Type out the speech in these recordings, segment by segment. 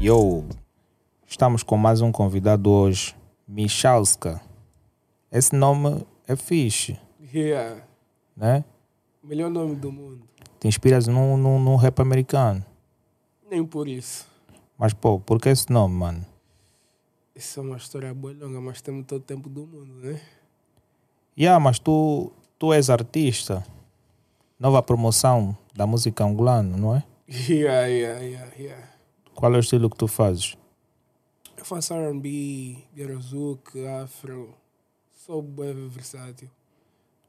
Yo, estamos com mais um convidado hoje, Michalska. Esse nome é fixe, Yeah. né? é Melhor nome do mundo. Te inspiras num, num, num rap americano. Nem por isso. Mas pô, por que esse nome, mano? Isso é uma história boa e longa, mas temos todo o tempo do mundo, né? Yeah, ah, mas tu, tu és artista. Nova promoção da música angolana, não é? Yeah, yeah, yeah, yeah. Qual é o estilo que tu fazes? Eu faço R&B, Garozuke, Afro. Sou bem versátil.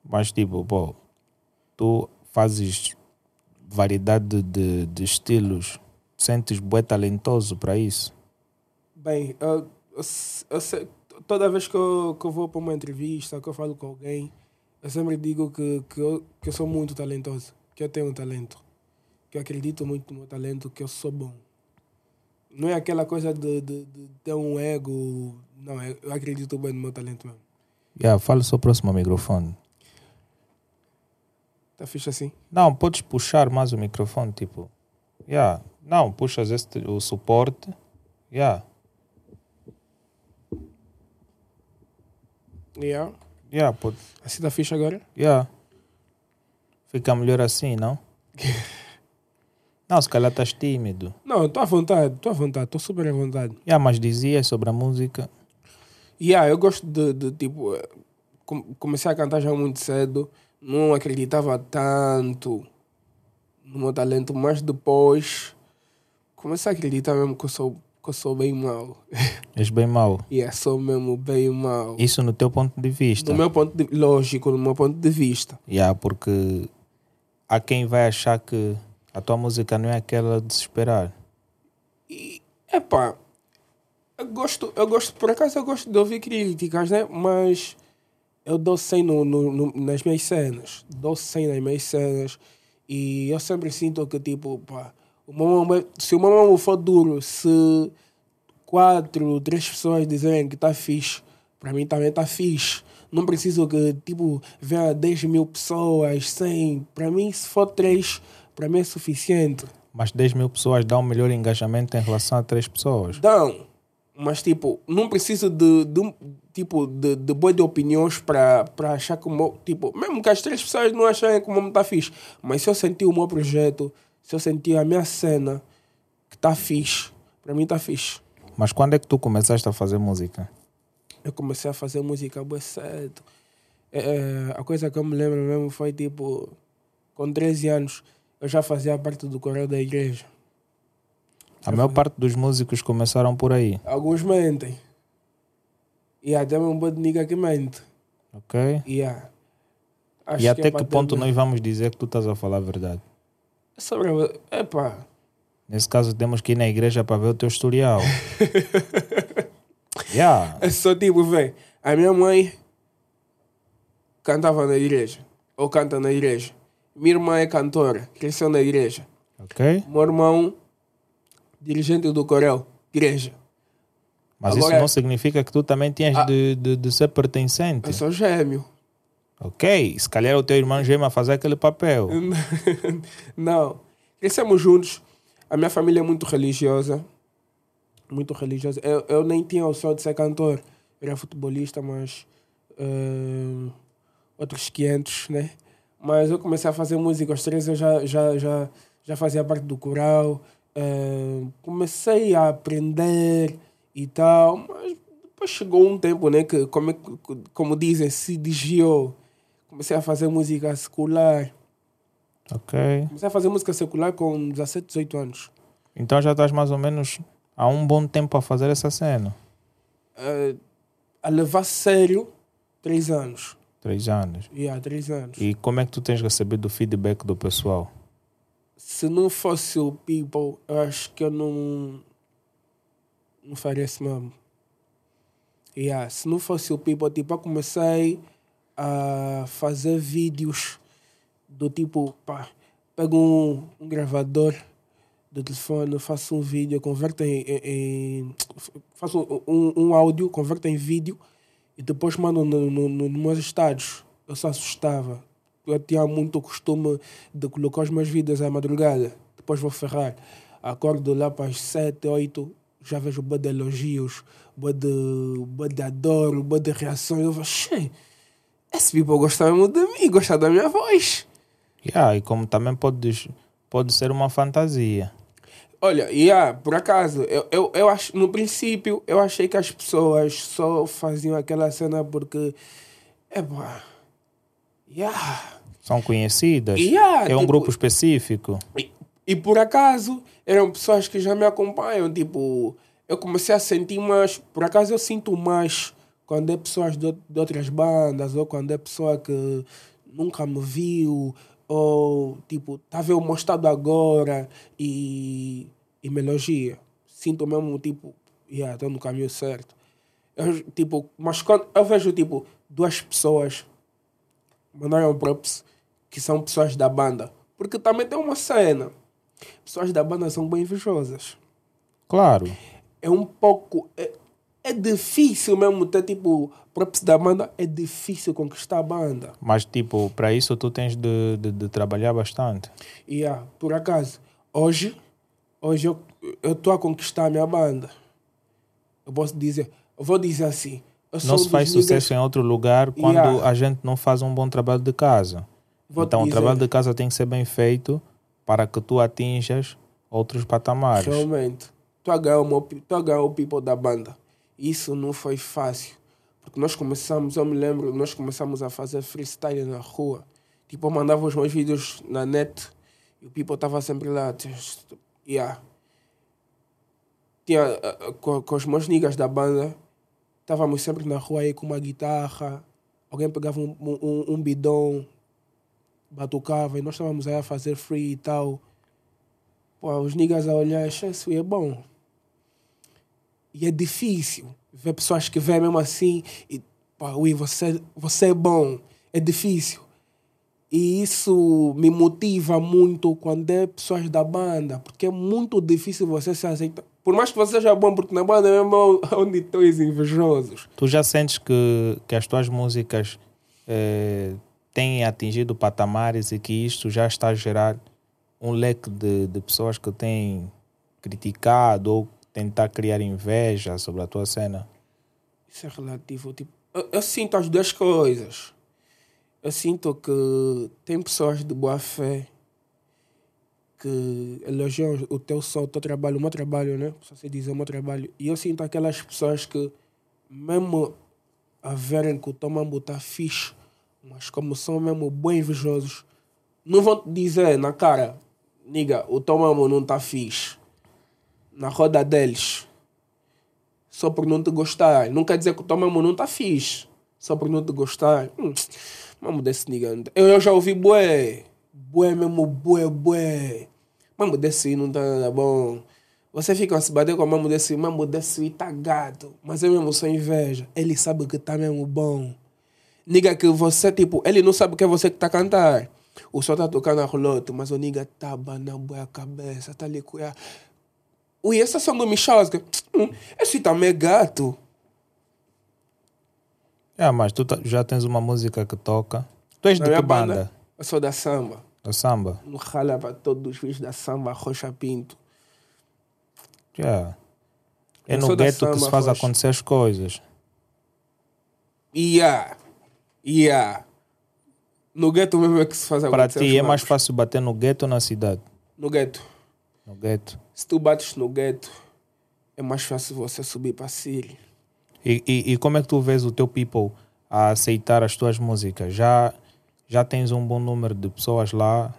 Mas tipo, pô, tu fazes variedade de, de estilos, sentes bué talentoso para isso. Bem, eu, eu se- eu se- toda vez que eu, que eu vou para uma entrevista, que eu falo com alguém, eu sempre digo que, que, eu, que eu sou muito talentoso, que eu tenho um talento, que eu acredito muito no meu talento, que eu sou bom. Não é aquela coisa de, de, de ter um ego, não, é- eu acredito bem no meu talento mesmo. Yeah, ah, fala o seu próximo microfone. Tá fixe assim? Não, podes puxar mais o microfone, tipo. Yeah. Não, puxas este, o suporte. Yeah. Yeah. Yeah, pode. Assim tá fixe agora? Yeah. Fica melhor assim, não? não, se calhar estás tímido. Não, tô à vontade, tô à vontade, tô super à vontade. Yeah, mas dizia sobre a música. Yeah, eu gosto de, de, tipo, eh, com- comecei a cantar já muito cedo, não acreditava tanto no meu talento, mas depois comecei a acreditar mesmo que eu sou, que eu sou bem mau. És bem mau. yeah, sou mesmo bem mau. Isso no teu ponto de vista. Do meu ponto de lógico, do meu ponto de vista. Yeah, porque há quem vai achar que a tua música não é aquela de se esperar. E, epá, eu gosto, eu gosto, por acaso eu gosto de ouvir críticas, né? Mas eu dou 100 no, no, no- nas minhas cenas. Dou 100 nas minhas cenas. E eu sempre sinto que, tipo, pá, o meu mambo- se o meu mambo for duro, se quatro, três pessoas dizerem que tá fixe, para mim também tá fixe. Não preciso que, tipo, venha 10 mil pessoas, 100. Para mim, se for três, para mim é suficiente. Mas 10 mil pessoas dá um melhor engajamento em relação a três pessoas. Dão. Mas, tipo, não preciso de, de um- tipo, de, de boi de opiniões para achar que o meu, tipo, mesmo que as três pessoas não achem que o meu tá fixe, mas se eu sentir o meu projeto, se eu sentir a minha cena que tá fixe, para mim tá fixe. Mas quando é que tu começaste a fazer música? Eu comecei a fazer música bem cedo. É, é, a coisa que eu me lembro mesmo foi, tipo, com 13 anos, eu já fazia parte do coral da igreja. A maior parte dos músicos começaram por aí, Alguns mentem. E até mesmo um boi de nigga que mente. ok? Yeah. Acho e até é que bater ponto mesmo. É nós vamos dizer que tu estás a falar a verdade? Sobre a... Epá. Nesse caso, temos que ir na igreja para ver o teu historial. yeah. É só tipo, velho. A minha mãe cantava na igreja. Ou canta na igreja. Minha irmã é cantora. Cresceu na igreja. Ok? Meu irmão, dirigente do coral. Igreja. Mas isso Agora- Ah. não significa que tu também tens de, de, de ser pertencente. Eu sou gêmeo. Ok? Se calhar o teu irmão gema fazer aquele papel. Não. Crescemos juntos. A minha família é muito religiosa. Muito religiosa. Eu, eu nem tinha o sonho de ser cantor. Eu era futebolista, mas. eh, outros 500, né? Mas eu comecei a fazer música aos 13, eu já, já, já, já fazia parte do coral. eh, comecei a aprender e tal. Mas depois chegou um tempo, né? Que, como, é que- como dizem, se desviou. Comecei a fazer música secular. Ok. Comecei a fazer música secular com 17, 18 anos. Então já estás mais ou menos há um bom tempo a fazer essa cena. Eh, a levar sério, 3 anos. Três anos. Yeah, 3 anos. E como é que tu tens recebido o feedback do pessoal? Se não fosse o People, eu acho que eu não. Não faria isso mesmo. Yeah, se não fosse o People, tipo, eu comecei a fazer vídeos do tipo, pá, pego um, um gravador do telefone, faço um vídeo, converto em. em- em- faço um, um áudio, converto em vídeo e depois mando no- no- no- nos meus estados. Eu só assustava. eu tinha muito o costume de colocar os meus vídeos à madrugada. Depois vou ferrar. Acordo lá para as 7, 8, já vejo boa de elogios, boa de, boa de adoro, boa de reações. Eu falo, "Xê, esse people gosta mesmo de mim, gosta da minha voz. Yeah, e como também pode, pode ser uma fantasia. Olha, e ah, por acaso, eu, eu, eu acho, no princípio, eu achei que as pessoas só faziam aquela cena porque. Epá. Yeah. São conhecidas. Yeah, é um tipo- grupo específico. E, e por acaso, eram pessoas que já me acompanham. Tipo, eu comecei a sentir mais. Por acaso, eu sinto mais quando é pessoas de, ou- de outras bandas ou quando é pessoa que nunca me viu ou, tipo, tá vendo mostrado agora e, e me elogia. Sinto mesmo, tipo, yeah, estou no caminho certo. Eu, tipo, mas quando eu vejo, tipo, duas pessoas mandaram props que são pessoas da banda. Porque também tem uma cena. Pessoas da banda são bem invejosas. Claro. É um pouco. É, é difícil mesmo ter tipo. Props da banda é difícil conquistar a banda. Mas, tipo, para isso tu tens de, de, de trabalhar bastante. E ah, por acaso, hoje, hoje eu eu estou a conquistar a minha banda. Eu posso dizer, eu vou dizer assim. Eu sou Não um se dos faz niggas- sucesso em outro lugar quando Yeah. a gente não faz um bom trabalho de casa. Vou te então, o dizer. trabalho de casa tem que ser bem feito para que tu atinjas outros patamares. Realmente. Tu a ganhar o meu pe- tu a ganhar o people da banda. Isso não foi fácil. Porque nós começamos, eu me lembro, nós começamos a fazer freestyle na rua. Tipo, eu mandava os meus vídeos na net e o people estava sempre lá. tch, tch, Yeah. Tinha, ah, ah, com, com os meus niggas da banda, estávamos sempre na rua aí com uma guitarra, alguém pegava um, um, um bidão, batucava e nós estávamos aí a fazer free e tal. Pô, os niggas a olhar, "Xa, isso é bom. E é difícil ver pessoas que vêem mesmo assim e, pá, ui, você, você é bom. É difícil. E isso me motiva muito quando é pessoas da banda, porque é muito difícil você se aceitar. Por mais que você seja bom, porque na banda mesmo é onde estão os invejosos. Tu já sentes que, que as tuas músicas eh, têm atingido patamares e que isto já está a gerar um leque de, de pessoas que têm criticado ou tentar criar inveja sobre a tua cena? Isso é relativo. Tipo, eu, eu sinto as duas coisas. Eu sinto que tem pessoas de boa fé que elogiam o teu som, o teu trabalho, o meu trabalho, né? Só se dizer o meu trabalho. E eu sinto aquelas pessoas que, mesmo a verem que o teu mambo está fixe, mas como são mesmo bem invejosos, não vão te dizer na cara, niga, o teu mambo não está fixe. Na roda deles só por não te gostar. Não quer dizer que o teu mamão não tá fixe. Só por não te gostar. Hum, mamo desse nigga. não tá- Eu, eu já ouvi bué. Bué mesmo, bué, bué. Mamo desse não tá nada bom. Você fica a se bater com mamo desse. Mamo desse tá gato. Mas eu mesmo sou inveja. Ele sabe que tá mesmo bom. Niga que você, tipo, ele não sabe que é você que tá a cantar. O senhor tá tocando a rolote, mas o nigga tá banando a cabeça, tá ali com a- Ui, essa são do Michalska. Hum, esse também é gato. É, mas tu ta- já tens uma música que toca. Tu és Na de minha que banda? Eu sou da samba. Do samba? Um rala para todos os filhos da samba, Rocha Pinto. Já. É Eu no sou da gueto que samba, se faz Rocha. acontecer as coisas. Ia. Ia. No gueto mesmo é que se faz Para acontecer ti os é mais nomes. fácil bater no gueto ou na cidade? No gueto. No gueto. Se tu bates no gueto, é mais fácil você subir para Sírio. E, e, e como é que tu vês o teu people a aceitar as tuas músicas? Já, já tens um bom número de pessoas lá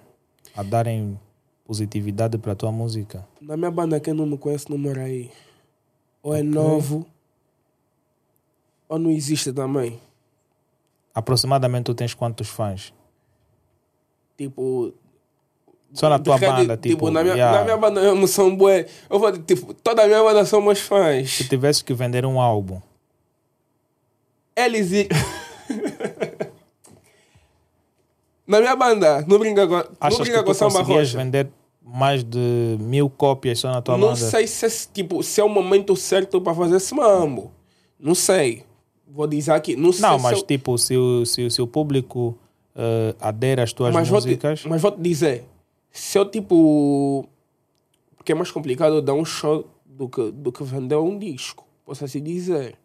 a darem positividade para a tua música? Na minha banda, quem não me conhece não mora aí. Ou é novo, ou não existe também. Aproximadamente tu tens quantos fãs? Tipo, Só na De tua rede, banda, tipo, na minha, yeah. na minha banda mesmo são um bué. Eu vou, tipo, toda a minha banda são meus Se fãs. tivesses que vender um álbum, Eles e... na minha banda, não brinca com, não achas que brinca com tu samba conseguias rocha. vender mais de mil cópias só na tua Não banda? sei se, é, tipo, se é o momento certo para fazer esse mambo. Não sei. Vou dizer aqui. Não, sei Não, se mas eu- tipo, se o, se, o- se o público eh, adere às tuas mas, vou te, músicas. mas vou te dizer, se eu tipo. Porque é mais complicado dar um show do que, do que vender um disco, posso assim dizer.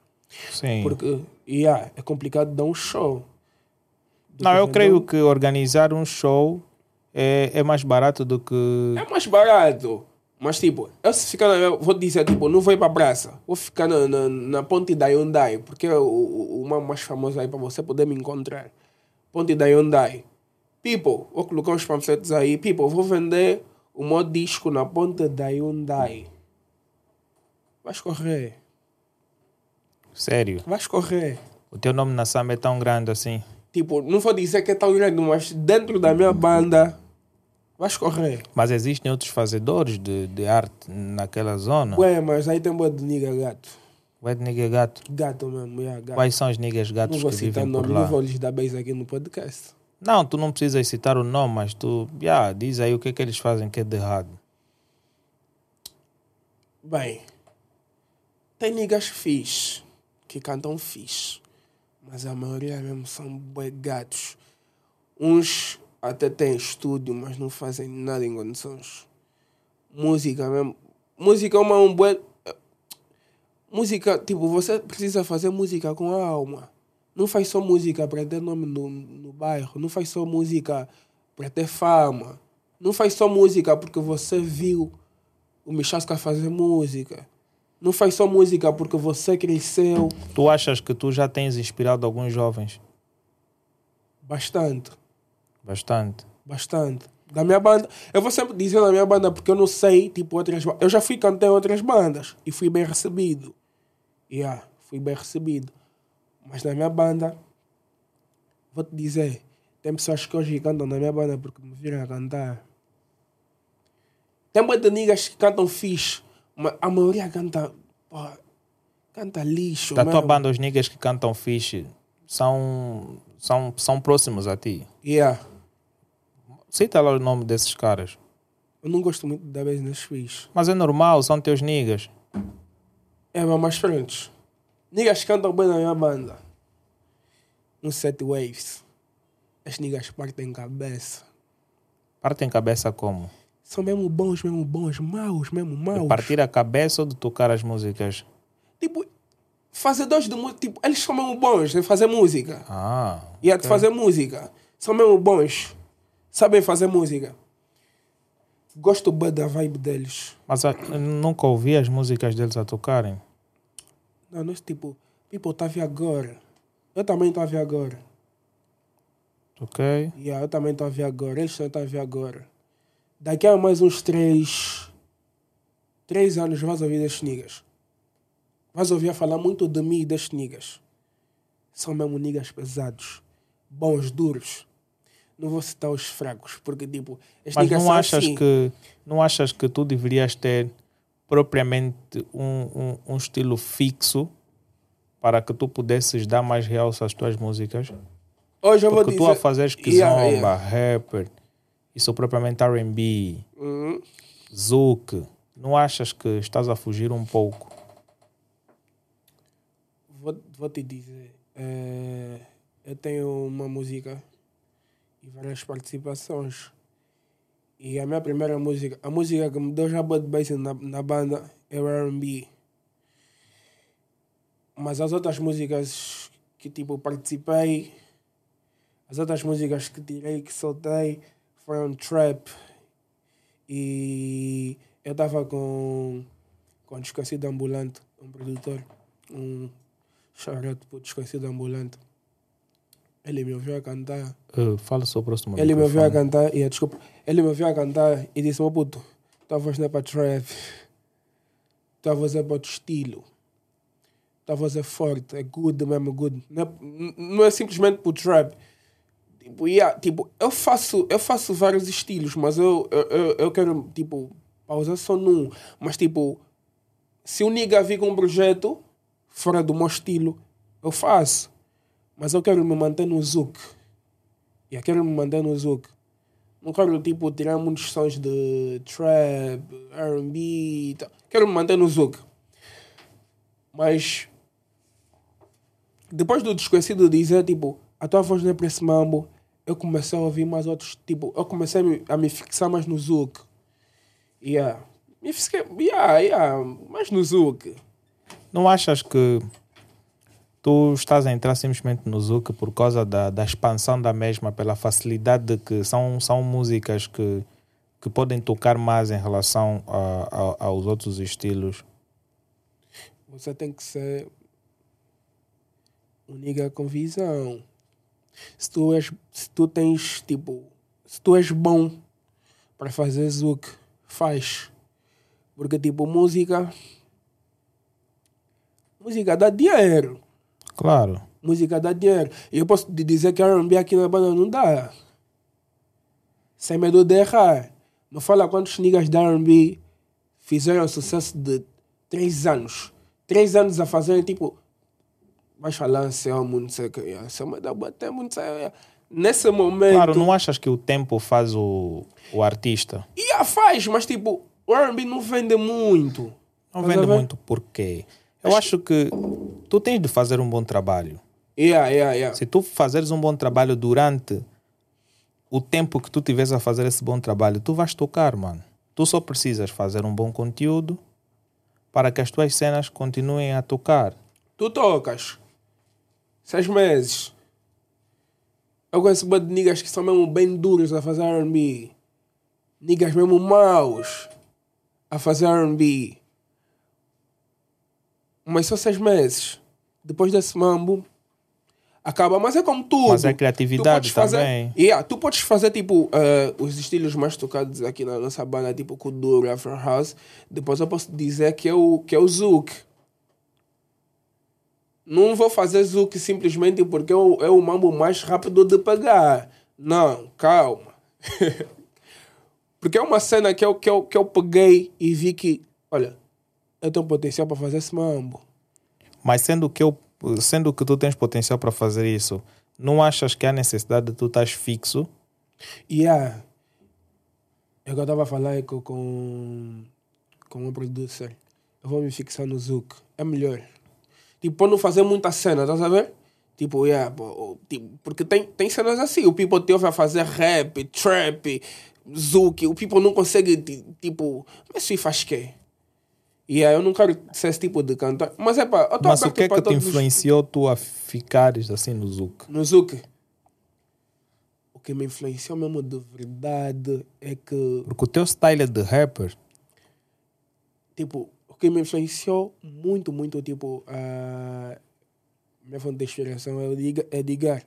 Sim. Porque yeah, é complicado dar um show. do Não, que eu vender creio um- que organizar um show é, é mais barato do que. É mais barato. Mas tipo, eu se ficar na, eu vou dizer, tipo, não vou ir pra praça. Vou ficar na, na, na ponte da Hyundai, porque é o, o, o mapa mais famoso aí para você poder me encontrar. Ponte da Hyundai. People, vou colocar uns panfletos aí. People, vou vender o meu disco na ponte da Hyundai. Vais correr, Sério. vais correr. O teu nome na samba é tão grande assim. Tipo, não vou dizer que é tão grande, mas dentro da minha banda, vais correr. Mas existem outros fazedores de, de arte naquela zona. Ué, mas aí tem boa de nigga gato. O Ed Nigga Gato. Gato mesmo, é gato. Quais são os niggas Não gatos vou que citar vivem nome, por não lá? vou lhes dar bens aqui no podcast. Não, tu não precisas citar o nome, mas tu yeah, diz aí o que é que eles fazem que é de errado. Bem, tem niggas fixe, que cantam fixe, mas a maioria mesmo são bué gatos. Uns até têm estúdio, mas não fazem nada em condições. Música mesmo. Música é uma um bué... Música, tipo, você precisa fazer música com a alma. Não faz só música para ter nome no, no bairro. Não faz só música para ter fama. Não faz só música porque você viu o Michasca fazer música. Não faz só música porque você cresceu Tu achas que tu já tens inspirado alguns jovens? bastante, Bastante. bastante. Da minha banda, eu vou sempre dizer da minha banda porque eu não sei, tipo, outras bandas. Eu já fui cantar em outras bandas e fui bem recebido. Yeah, fui bem recebido. Mas na minha banda, vou te dizer, tem pessoas que hoje cantam na minha banda porque me viram a cantar. Tem muitas niggas que cantam fixe, mas a maioria canta, pô, canta lixo, Da tua mesmo. banda, os niggas que cantam fixe são, são, são próximos a ti. Yeah. Cita lá o nome desses caras. Eu não gosto muito da business fixe. Mas é normal, são teus niggas. É, mas mais pronto. Niggas cantam bem na minha banda. No Set Waves. As niggas partem cabeça. Partem cabeça como? São mesmo bons, mesmo bons, maus, mesmo maus. De partir a cabeça ou de tocar as músicas? Tipo, fazedores de música. Tipo, eles são mesmo bons em fazer música. Ah, E a de fazer música. São mesmo bons. Sabem fazer música. Gosto bem da vibe deles. mas ah, eu nunca ouvi as músicas deles a tocarem. Não, não é tipo, people, tá a ver agora. Eu também tô a ver agora. Ok? Yeah, eu também estou a ver agora. Eles também estão a ver agora. Daqui a mais uns três... Três anos vais ouvir das niggas. Vais ouvir a falar muito de mim e das niggas. São mesmo niggas pesados. Bons, duros. Não vou citar os fracos, porque tipo... As Mas niggas não são achas, assim. que, não achas que tu deverias ter propriamente um, um, um estilo fixo para que tu pudesses dar mais realce às tuas músicas? Hoje eu vou Porque dizer... tu a é fazeres que Yeah, zomba, yeah. rapper, isso propriamente R&B, Uhum. zouk, não achas que estás a fugir um pouco? Vou, vou te dizer. eh, eu tenho uma música e várias participações. E a minha primeira música, a música que me deu já boa de base na, na banda é o RB. Mas as outras músicas que tipo participei, as outras músicas que tirei, que soltei, foram trap. E eu tava com, com Desconhecido Ambulante, um produtor, um charlotte pro Desconhecido Ambulante. Ele me ouviu a cantar. Eh, fala sobre o próximo Ele me ouviu a microfone. cantar, e é, desculpa, ele me ouviu a cantar e disse: Meu puto, tua voz não é para trap, tua voz é para outro estilo, tua voz é forte, é good mesmo, good. Não é, n- não é simplesmente pro trap. Tipo, yeah, tipo eu, faço, eu faço vários estilos, mas eu, eu, eu, eu quero, tipo, pausar só num. Mas, tipo, se o nigga vir com um projeto fora do meu estilo, eu faço. Mas eu quero me manter no Zouk. E eu quero me mandar no Zouk. Não quero, tipo, tirar muitos sons de trap, RB e tal. Quero me manter no Zouk. Mas. Depois do desconhecido dizer, tipo, a tua voz não é para esse mambo, eu comecei a ouvir mais outros, tipo, eu comecei a me, a me fixar mais no Zouk. Yeah. Me fixei, yeah, yeah, mais no Zouk. Não achas que tu estás a entrar simplesmente no Zouk por causa da, da expansão da mesma, pela facilidade de que são, são músicas que, que podem tocar mais em relação a, a- aos outros estilos? Você tem que ser um nigga com visão. Se tu, és, se tu tens, tipo, se tu és bom para fazer Zouk, faz. Porque, tipo, música. Música dá dinheiro. Claro. Música dá dinheiro. E eu posso te dizer que R&B aqui na banda não dá. Sem medo de errar. Me é fala quantos niggas da R&B fizeram sucesso de 3 anos. 3 anos a fazer tipo... Baixa lá, Anselmo, não sei o que. Anselmo da Batemo, não sei o que. Nesse momento... Claro, não achas que o tempo faz o, o artista? E a faz, mas tipo... O R&B não vende muito. Não Mas vende eu ve- muito porquê. Eu acho que tu tens de fazer um bom trabalho. Yeah, yeah, yeah. Se tu fazeres um bom trabalho durante o tempo que tu tiveres a fazer esse bom trabalho, tu vais tocar, mano. Tu só precisas fazer um bom conteúdo para que as tuas cenas continuem a tocar. Tu tocas. Seis meses. Eu conheço bando de niggas que são mesmo bem duros a fazer R&B. Niggas mesmo maus a fazer R&B. Mas só seis meses. Depois desse mambo, acaba. Mas é como tudo. Mas é Tu criatividade podes fazer- também. Yeah, tu podes fazer, tipo, eh, os estilos mais tocados aqui na nossa banda, tipo Kuduro, Afro House. Depois eu posso dizer que é o, que é o Zouk. Não vou fazer Zouk simplesmente porque é o, é o mambo mais rápido de pagar. Não, calma. porque é uma cena que eu, que, eu, que eu peguei e vi que, olha, eu tenho potencial para fazer esse mambo. Mas sendo que, eu, sendo que tu tens potencial para fazer isso, não achas que há necessidade de tu estás fixo? Yeah. É o que eu estava a falar é que eu com, com o producer. Eu vou me fixar no Zouk. É melhor. Tipo, pra não fazer muita cena, estás a ver? Tipo, yeah, pô, o- tipo, porque tem, tem cenas assim. O people te ouve a fazer rap, trap, Zouk. O people não consegue, ti- tipo, mas se faz quê? é. Yeah, eu não quero ser esse tipo de cantor. Mas é pá, eu tô Mas o aberto que é pra que te todos os- influenciou tu a ficares assim no Zouk? no Zouk. O que me influenciou mesmo de verdade é que Porque o teu style é de rapper. tipo, o que me influenciou muito, muito, tipo, a minha fonte de inspiração é o Edga- Edgar.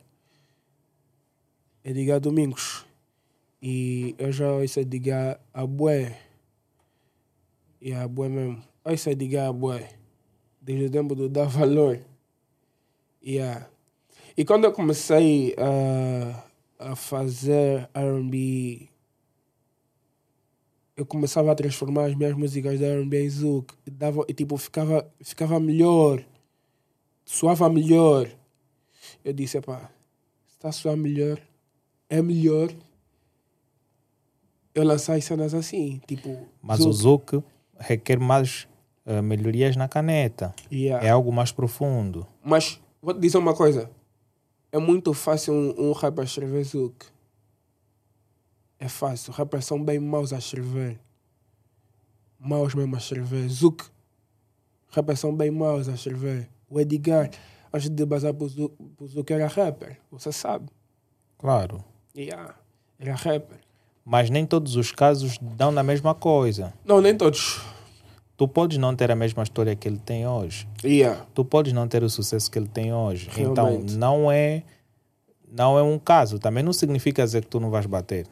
Edgar Domingos. E eu já ouço Edgar a bué. E a bué mesmo. Ouço Edgar a bué. Desde o tempo do Dá Valor. Yeah. E quando eu comecei a, uh, a fazer R&B eu começava a transformar as minhas músicas da R&B em Zouk. E Dava, e tipo, ficava, ficava melhor. Soava melhor. Eu disse, pá, está a soar melhor. É melhor eu lançar as cenas assim, tipo... Mas o Zouk. Zouk requer mais eh, melhorias na caneta. Yeah. É algo mais profundo. Mas vou te dizer uma coisa. É muito fácil um, um rapper escrever Zouk. É fácil. Rappers são bem maus a escrever. Maus mesmo a escrever. Zouk. Rappers são bem maus a escrever. O Edgar, antes de basar pro Zouk, pro Zouk era rapper. Você sabe. Claro. Yeah. Era rapper. Mas nem todos os casos dão na mesma coisa. Não, nem todos. Tu podes não ter a mesma história que ele tem hoje. Yeah. Tu podes não ter o sucesso que ele tem hoje. Realmente. Então, não é não é um caso. Também não significa dizer que tu não vais bater.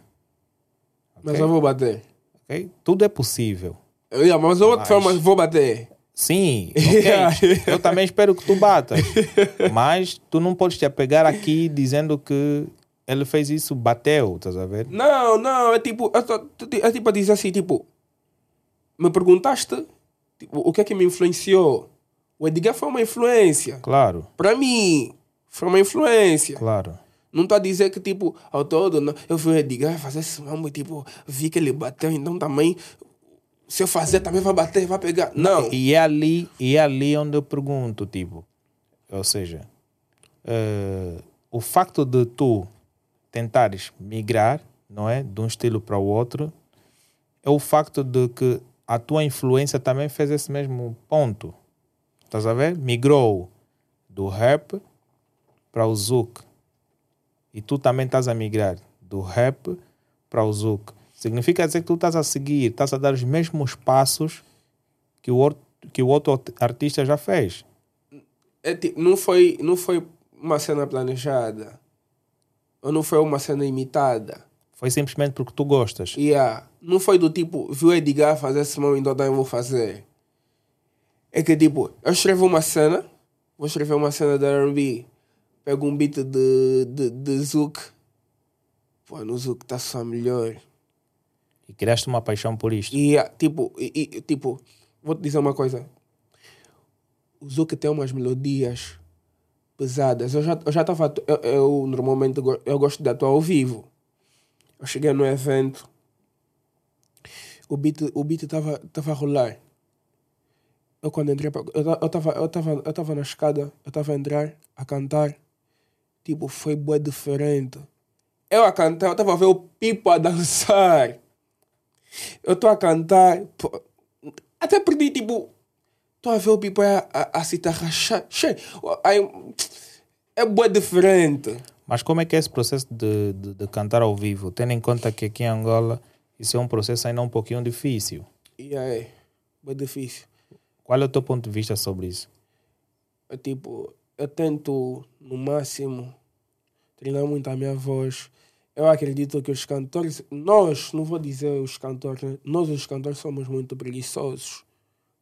Mas Ok? eu vou bater. Ok? Tudo é possível. Yeah, mas eu vou te falar, Mas- mas vou bater. Sim, ok. Yeah. Eu também espero que tu batas. Mas tu não podes te apegar aqui dizendo que ele fez isso, bateu, estás a ver? Não, não, é tipo, é, só- é tipo a dizer assim, tipo, me perguntaste tipo, o que é que me influenciou. O Edgar foi uma influência. Claro, Para mim, foi uma influência. claro. Não tô a dizer que, tipo, ao todo, não, eu vi o Edgar fazer esse mambo e, tipo, vi que ele bateu, então também, se eu fazer, também vai bater, vai pegar. Não. E é ali, e é ali onde eu pergunto, tipo, ou seja, eh, o facto de tu tentares migrar, não é, de um estilo para o outro, é o facto de que a tua influência também fez esse mesmo ponto. Estás a ver? Migrou do rap para o zouk. E tu também estás a migrar do rap para o zouk. Significa dizer que tu estás a seguir, estás a dar os mesmos passos que o outro, que o outro artista já fez. É ti- não, foi, não foi uma cena planejada. Ou não foi uma cena imitada. Foi simplesmente porque tu gostas. Yeah. ah, Não foi do tipo, viu Edgar fazer esse momento, então também vou fazer. É que tipo, eu escrevo uma cena, vou escrever uma cena da R&B, pego um beat de, de, de Zouk, pô, no Zouk tá só melhor. E criaste uma paixão por isto. E ah, tipo, e, e, tipo, vou te dizer uma coisa. O Zouk tem umas melodias pesadas. Eu já eu já tava atu- eu, eu normalmente go- eu gosto de atuar ao vivo. Eu cheguei no evento. O beat o beat tava tava a rolar. Eu quando entrei pra, eu, ta- eu tava eu tava eu tava na escada, eu tava a entrar a cantar. Tipo, foi bué diferente. Eu a cantar, eu tava a ver o Pipo a dançar. Eu estou a cantar. pô, até perdi, tipo. Estou a ver o Pipo a, a, a citarra. xa- xe- aí, É boa diferente. Mas como é que é esse processo de, de, de cantar ao vivo? Tendo em conta que aqui em Angola isso é um processo ainda um pouquinho difícil. E aí? Boa difícil. Qual é o teu ponto de vista sobre isso? Eu, tipo, eu tento, no máximo, treinar muito a minha voz. Eu acredito que os cantores, nós, não vou dizer os cantores, né? nós os cantores somos muito preguiçosos.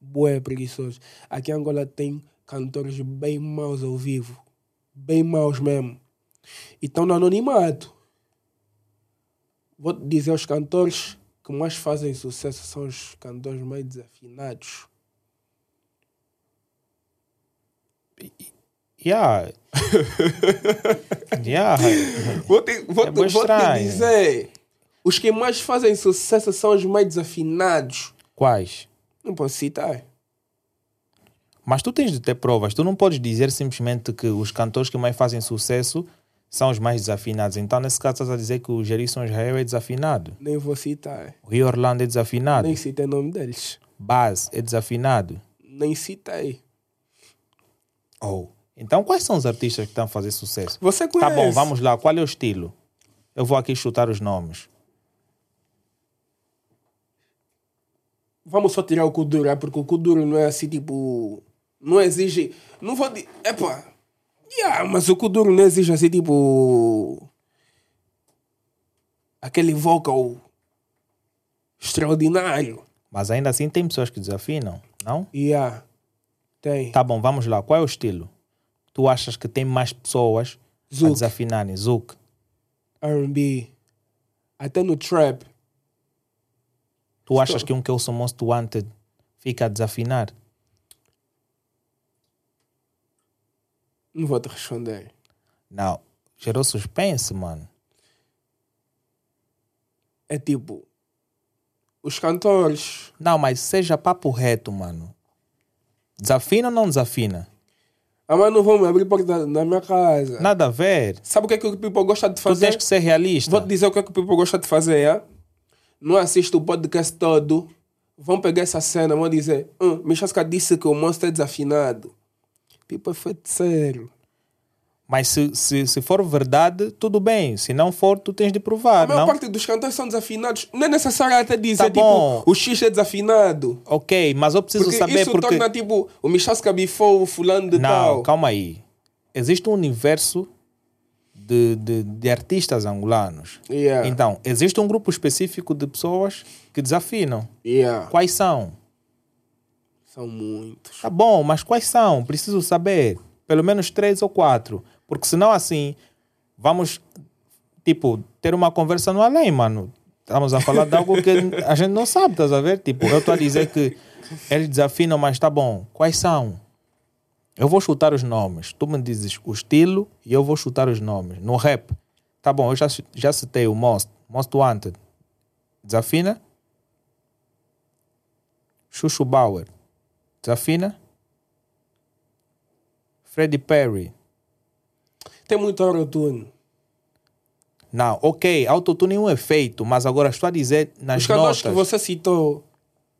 Bué preguiçosos. Aqui em Angola tem cantores bem maus ao vivo. Bem maus mesmo. E estão no anonimato. Vou te dizer, os cantores que mais fazem sucesso são os cantores mais desafinados. Yeah. yeah. Vou te, vou, É te, vou te estranho. dizer. Os que mais fazem sucesso são os mais desafinados. Quais? Não posso citar. Mas tu tens de ter provas. Tu não podes dizer simplesmente que os cantores que mais fazem sucesso são os mais desafinados. Então, nesse caso, estás a dizer que o Gerson Israel é desafinado. Nem vou citar. O Rio Orlando é desafinado. Nem citei o nome deles. Baz é desafinado. Nem citei. Oh. Então, quais são os artistas que estão a fazer sucesso? Você Tá conhece? bom, vamos lá. Qual é o estilo? Eu vou aqui chutar os nomes. Vamos só tirar o Kuduro, porque o Kuduro não é assim, tipo... Não exige... Não vou... di- Epa. Yeah, mas o Kuduro não exige assim, tipo... Aquele vocal extraordinário. Mas ainda assim tem pessoas que desafinam, não? Yeah. Tem. Tá bom, vamos lá. Qual é o estilo? Tu achas que tem mais pessoas a Zouk. desafinarem? Zouk. R&B, até no trap. Tu achas que um Kelson Most Wanted fica a desafinar? Não vou te responder. Não. Gerou suspense, mano. É tipo, os cantores, Não, mas seja papo reto, mano. Desafina ou não desafina? ah, mas não vão me abrir porta na minha casa. Nada a ver. Sabe o que é que o people gosta de Tu É. fazer? tens que ser realista. Vou te dizer o que é que o people gosta de fazer, é? Não assiste o podcast todo. Vão pegar essa cena, vão dizer, hum, Michasca disse que o monstro é desafinado. People é feiticeiro. Mas se, se, se for verdade, tudo bem. Se não for, tu tens de provar, A maior não? Tá parte dos cantores são desafinados. Não é necessário até dizer, bom. tipo, o X é desafinado. Ok, mas eu preciso Porque saber isso porque... torna tipo o Michasca bifou o fulano de Não, tal. calma aí. Existe um universo de, de, de artistas angolanos. Yeah. Então, existe um grupo específico de pessoas que desafinam. Yeah. Quais são? São muitos. Tá bom, mas quais são? Preciso saber. Pelo menos três ou quatro. Porque senão assim, vamos, tipo, ter uma conversa no além, mano. Estamos a falar de algo que a gente não sabe, estás a ver? Tipo, eu estou a dizer que eles desafinam, mas tá bom. Quais são? Eu vou chutar os nomes. Tu me dizes o estilo e eu vou chutar os nomes. No rap. Tá bom, eu já, já citei o Most. Most Wanted. Desafina? Chuchu Bauer. Desafina? Freddie Perry. Tem muito autotune. Não, ok, autotune é um efeito, mas agora estou a dizer nas Os notas. cantores que você citou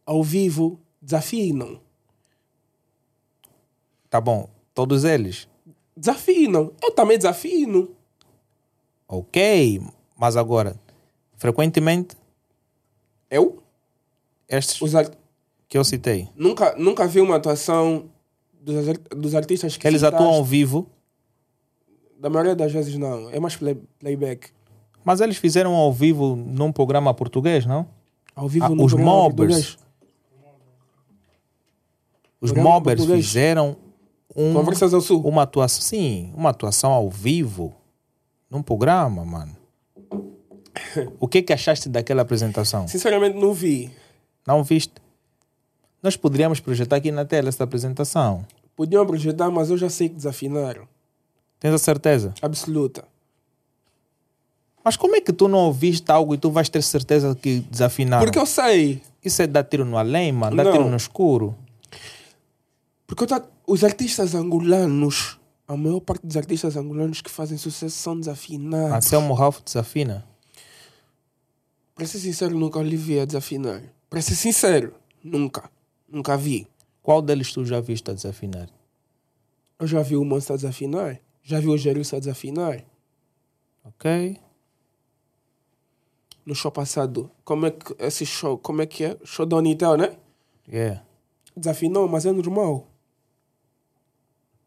ao vivo desafinam. Tá bom, todos eles. Desafinam. Eu também desafino. Ok, mas agora, frequentemente, Eu? estes Os ar- que eu citei, nunca, nunca vi uma atuação dos, ar- dos artistas que que eles citaste. atuam ao vivo, Da maioria das vezes não. É mais play- playback. mas eles fizeram ao vivo num programa português, não? Ao vivo Ah, no os programa mobbers. português. Os Programa mobbers português. fizeram um, Conversas ao Sul. uma atuação, sim, uma atuação ao vivo num programa, mano. O que que achaste daquela apresentação? Sinceramente não vi. Não viste? Nós poderíamos projetar aqui na tela essa apresentação. Podiam projetar, mas eu já sei que desafinaram. Tens a certeza? Absoluta. Mas como é que tu não ouviste algo e tu vais ter certeza que desafinaram? Porque eu sei. Isso é dar tiro no além, mano. Dar Não. tiro no escuro. Porque eu tá- os artistas angolanos, a maior parte dos artistas angolanos que fazem sucesso são desafinados. Anselmo Ralph desafina. Pra ser sincero, nunca lhe vi a desafinar. Pra ser sincero, nunca. Nunca vi. Qual deles tu já viste a desafinar? Eu já vi o Monstro a desafinar. Já vi o Gerilson a desafinar. Ok? No show passado. Como é que esse show, como é que é? Show da Unitel, né? Yeah. Desafinou, mas é normal.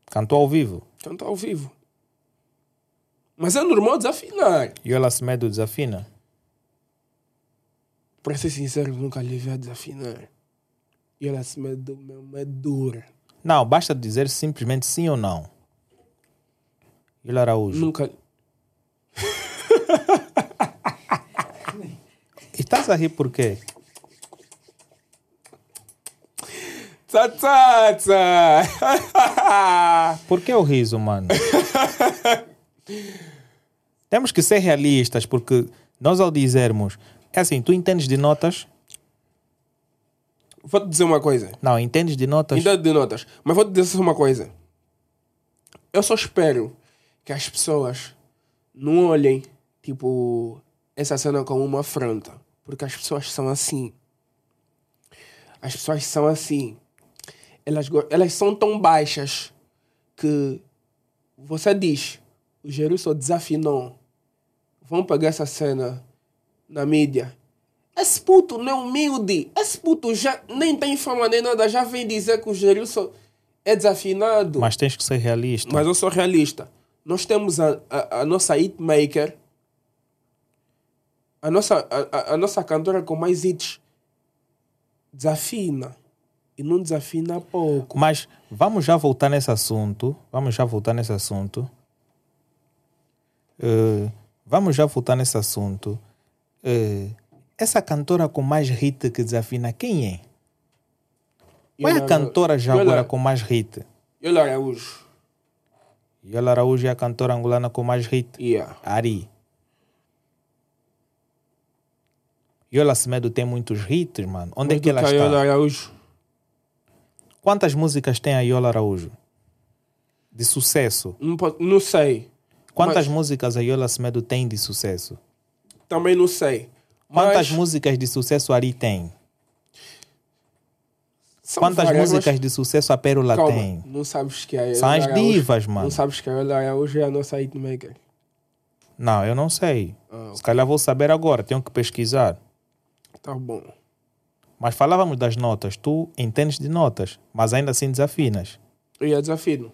Cantou ao vivo. Canta tá ao vivo. Mas é normal desafinar. Yola Semedo desafina. Pra ser sincero, nunca lhe vi a desafinar. é? E ela se medo mesmo, é dura. Não, basta dizer simplesmente sim ou não. Yola Araújo. Nunca. Estás a rir por quê? Tsa, tsa, tsa. Por que o riso, mano? Temos que ser realistas, porque nós ao dizermos... É assim, tu entendes de notas? Vou te dizer uma coisa. Não, entendes de notas? Unidade de notas. Mas vou te dizer só uma coisa. Eu só espero que as pessoas não olhem, tipo, essa cena como uma afronta. Porque as pessoas são assim. As pessoas são assim. Elas, go- elas são tão baixas que você diz, o Jerusalém desafinou. Vão pegar essa cena na mídia. Esse puto não é humilde. Esse puto já nem tem fama nem nada. Já vem dizer que o Jerusalém é desafinado. Mas tens que ser realista. Mas eu sou realista. Nós temos a, a, a nossa hitmaker, a nossa, a, a- a nossa cantora com mais hits. Desafina. E não desafina pouco. Mas vamos já voltar nesse assunto. Vamos já voltar nesse assunto. Eh, vamos já voltar nesse assunto. Eh, essa cantora com mais hit que desafina, quem é? Qual é a Yola- cantora já Yola- agora com mais hit? Yola Araújo. Yola Araújo é a cantora angolana com mais hit. Yeah. Ari. Yola Semedo tem muitos hits, mano. Onde é que ela Muito está? Yola Araújo. Quantas músicas tem a Yola Araújo? De sucesso. Não, po- não sei. Quantas Mas- músicas a Yola Semedo tem de sucesso? Também não sei. Quantas Mas músicas de sucesso Ari tem? são Quantas várias, mas- músicas de sucesso a Pérola Calma, tem? não sabes que a Yola São as Araújo- divas, mano. Não sabes que a Yola Araújo é a nossa hitmaker. Não, eu não sei. Ah, Se calhar vou saber agora, tenho que pesquisar. tá bom. Mas falávamos das notas. Tu entendes de notas, mas ainda assim desafinas. Eu ia desafino.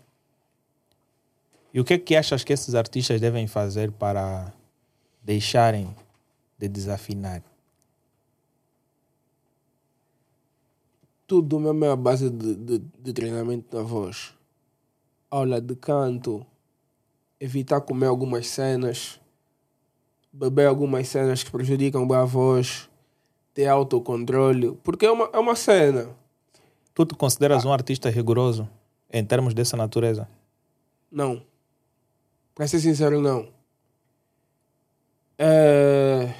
E o que é que achas que esses artistas devem fazer para deixarem de desafinar? tudo mesmo é a base de, de, de treinamento da voz. Aula de canto, evitar comer algumas cenas, beber algumas cenas que prejudicam bué a voz, ter autocontrole, porque é uma, é uma cena. Tu te consideras Ah. um artista rigoroso em termos dessa natureza? Não. Pra ser sincero, não. É...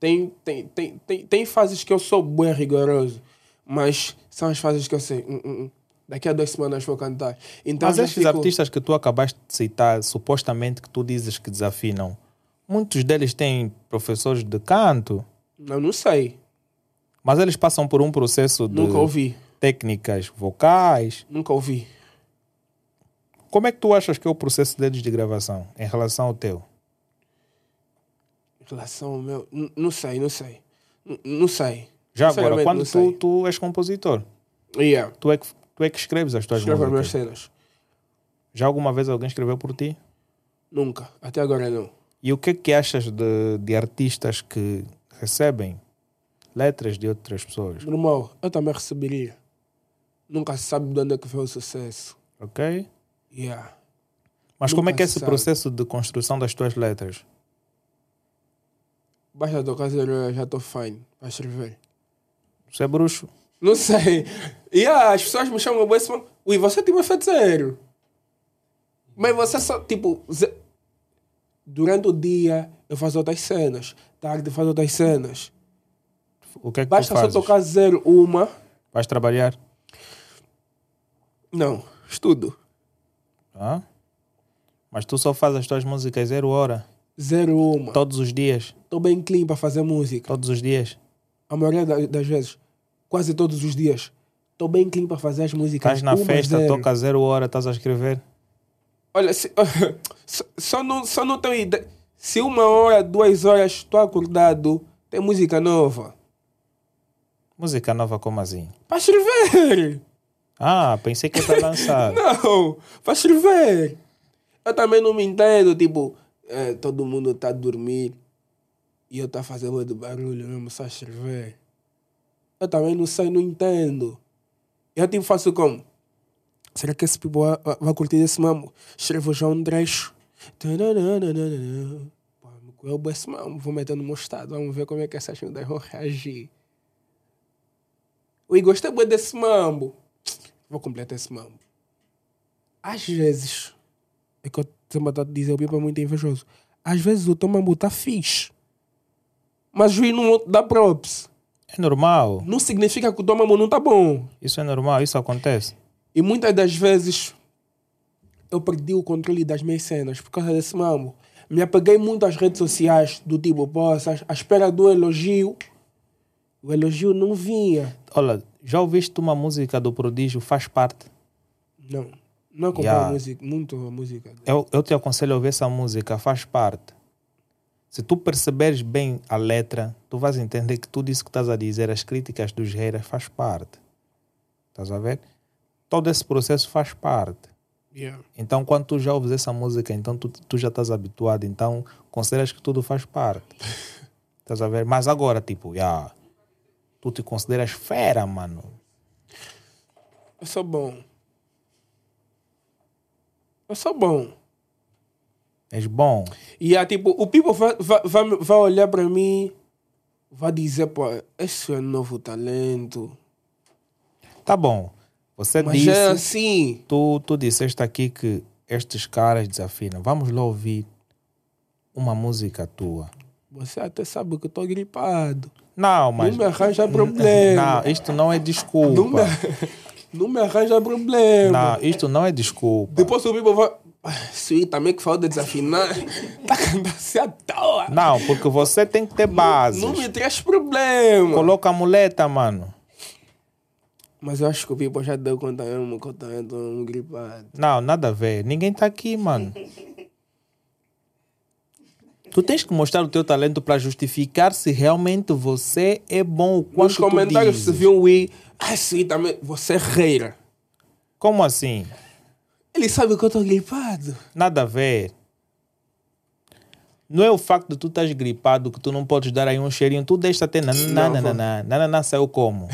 Tem, tem, tem, tem, tem fases que eu sou bem rigoroso, mas são as fases que eu sei. "Hum, hum, hum, Daqui a duas semanas vou cantar. Então Mas eu já esses fico- artistas que tu acabaste de citar, supostamente que tu dizes que desafinam, Muitos deles têm professores de canto, Não, não sei. mas eles passam por um processo de Nunca ouvi. técnicas vocais. Nunca ouvi. Como é que tu achas que é o processo deles de gravação em relação ao teu? Em relação ao meu. n- Não sei, não sei. N- Não sei. Já agora, Sinceramente, quando não tu, sei. tu és compositor, Yeah. tu é que, tu é que escreves as tuas Escrevo as minhas músicas. cenas. Já alguma vez alguém escreveu por ti? Nunca. Até agora não. E o que é que achas de, de artistas que recebem letras de outras pessoas? Normal, eu também receberia. Nunca se sabe de onde é que vem o sucesso. é. Ok? Yeah. Mas como é Nunca que é se esse sabe. processo de construção das tuas letras? Basta tocar zero, eu já estou fine para escrever. Você é bruxo? Não sei. Yeah, as pessoas me chamam e falam, ui, você tem um efeito zero. Mas você só, tipo, ze- durante o dia eu faço outras cenas, tarde eu faço outras cenas. O que é que Basta tu só fazes? tocar zero, uma. Vais trabalhar? Não, estudo. Hã? Mas tu só fazes as tuas músicas zero hora? Zero, uma. Todos os dias? Estou bem clean para fazer música. Todos os dias? A maioria da- das vezes, quase todos os dias, estou bem clean para fazer as músicas. Estás na uma, festa, zero. toca zero hora, estás a escrever? Olha, se- só, só não, só não tenho ideia. Se uma hora, duas horas estou acordado, tem música nova. Música nova como assim? Para escrever! Ah, pensei que é para lançar. Não! Para escrever! Eu também não me entendo, tipo, eh, todo mundo está a dormir e eu estou a fazer muito barulho mesmo, só escrever. Eu também não sei, não entendo. Eu tipo faço como? Será que esse people vai, vai curtir esse mamo? Escrevo já um trecho. Tananana. Pô, me coelho esse mamo, vou meter no meu estado, vamos ver como é que essas coisas vão reagir. Ui, gostei muito desse mambo. Vou completar esse mambo. Às vezes, é que eu sempre estou a dizer, o Biba é muito invejoso. Às vezes o teu mambo tá fixe. Mas o juiz não dá props. É normal. Não significa que o teu mambo não tá bom. Isso é normal, isso acontece. E muitas das vezes eu perdi o controle das minhas cenas por causa desse mambo. Me apeguei muito às redes sociais, do tipo, poças, à espera do elogio. O elogio não vinha. Olha, já ouviste uma música do Prodígio? Faz parte. Não. Não acompanho Yeah. música, muito a música. Eu, eu te aconselho a ouvir essa música, faz parte. Se tu perceberes bem a letra, tu vais entender que tudo isso que estás a dizer, as críticas dos reiras, faz parte. Estás a ver? Todo esse processo faz parte. Yeah. Então, quando tu já ouves essa música, então tu, tu já estás habituado, então consideras que tudo faz parte. Estás a ver? Mas agora, tipo, já, tu te consideras fera, mano. Eu sou bom. Eu sou bom. És bom. E é tipo, o people vai, vai, vai, me- vai olhar para mim, vai dizer, pô, esse é novo talento. Tá bom. Você Mas disse. é assim. tu, tu disseste aqui que estes caras desafinam. Vamos lá ouvir uma música tua. Você até sabe que eu tô gripado. Não, mas. Não me arranja problema. Não, isto não é Não, me, desculpa. não me arranja problema. Não, isto não é desculpa. Depois o Bibo vai. Ah, Sim, também que falta desafinar. Tá cantando assim à toa. Não, porque você tem que ter bases. Não me traz problema. Coloca a muleta, mano. Mas eu acho que o Bibo já deu conta mesmo que eu também tô mesmo gripado. Não, nada a ver. Ninguém tá aqui, mano. Tu tens que mostrar o teu talento para justificar se realmente você é bom o quanto Nos tu comentários se dizes. viu um i. Ah, sim, também. Você é reira. Como assim? Ele sabe que eu tô gripado. Nada a ver. Não é o facto de tu estás gripado que tu não podes dar aí um cheirinho. Tu deixa até nananá. Não, vó. Nananá, nananá saiu como?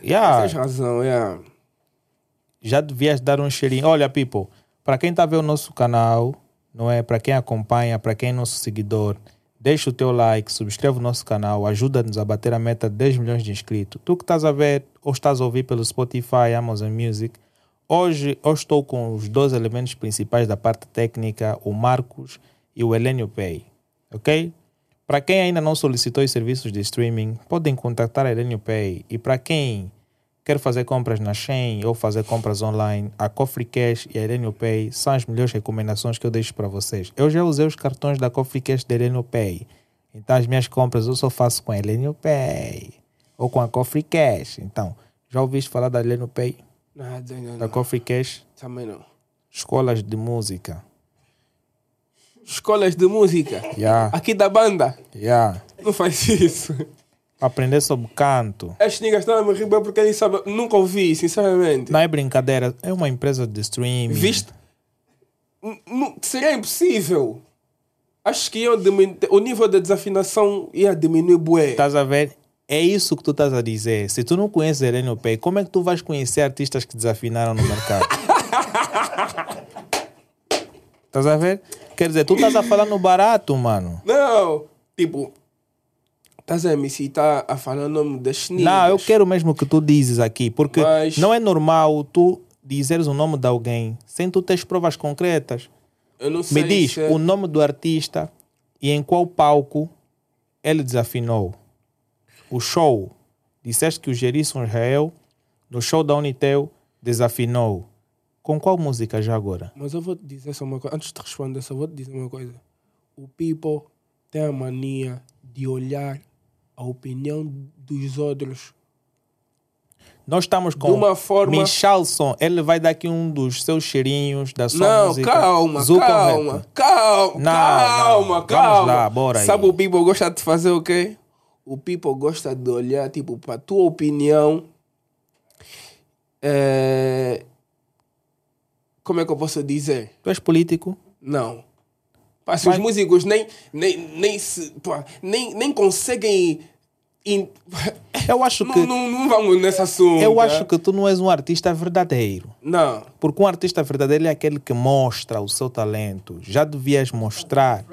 Tens yeah, razão, é. já devias dar um cheirinho. Olha, people, para quem está a ver o nosso canal, não é? Para quem acompanha, para quem é nosso seguidor, deixa o teu like, subscreve o nosso canal, ajuda-nos a bater a meta de 10 milhões de inscritos. Tu que estás a ver ou estás a ouvir pelo Spotify, Amazon Music, hoje eu estou com os dois elementos principais da parte técnica, o Marcos e o Helênio Pay, ok? Para quem ainda não solicitou os serviços de streaming, podem contactar a Helênio Pay. E para quem Quer fazer compras na Shein ou fazer compras online, a Coffee Cash e a Elenio Pay são as melhores recomendações que eu deixo para vocês. Eu já usei os cartões da Coffee Cash e da Elenio Pay, então as minhas compras eu só faço com a Elenio Pay ou com a Coffee Cash. Então, já ouviste falar da Elenio Pay, Nada, não, da não. Coffee Cash, Também não. escolas de música? Escolas de música. Yeah, Aqui da banda. yeah. Não faz isso. Aprender sobre canto. As niggas estão a me rir bem porque eles sabem. Nunca ouvi, sinceramente. Não é brincadeira, é uma empresa de streaming. Viste? N- nu- Seria impossível. Acho que iam dimin- o nível da desafinação ia diminuir bué. Estás a ver? É isso que tu estás a dizer. Se tu não conheces Heleno Pay, como é que tu vais conhecer artistas que desafinaram no mercado? Estás a ver? Quer dizer, tu estás a falar no barato, mano. Não! Tipo, tá estás a me citar a falar o nome das niggas. Não, eu quero mesmo que tu dizes aqui, porque Mas- não é normal tu dizeres o nome de alguém sem tu teres provas concretas. Eu não sei Me diz se é- o nome do artista e em qual palco ele desafinou. O show. Disseste que o Gerisson Israel, no show da Unitel, desafinou. Com qual música já agora? Mas eu vou te dizer só uma coisa. Antes de responder, só vou te dizer uma coisa. O people tem a mania de olhar a opinião dos outros Nós estamos com de uma forma. Michalson. Ele vai dar aqui um dos seus cheirinhos da sua Não, música. calma, Zuko calma, Rap. calma, Não, calma, não. calma. Vamos lá, bora aí. Sabe o people gosta de fazer o quê? O people gosta de olhar, tipo, para tua opinião. eh, Como é que eu posso dizer? Tu és político? Não. Pá, se Mas- os músicos nem, nem, nem, se, pá, nem, nem conseguem. in- Eu acho Não, que, não, não vamos nesse assunto. eu né? acho que tu não és um artista verdadeiro. Não. Porque um artista verdadeiro é aquele que mostra o seu talento. Já devias mostrar.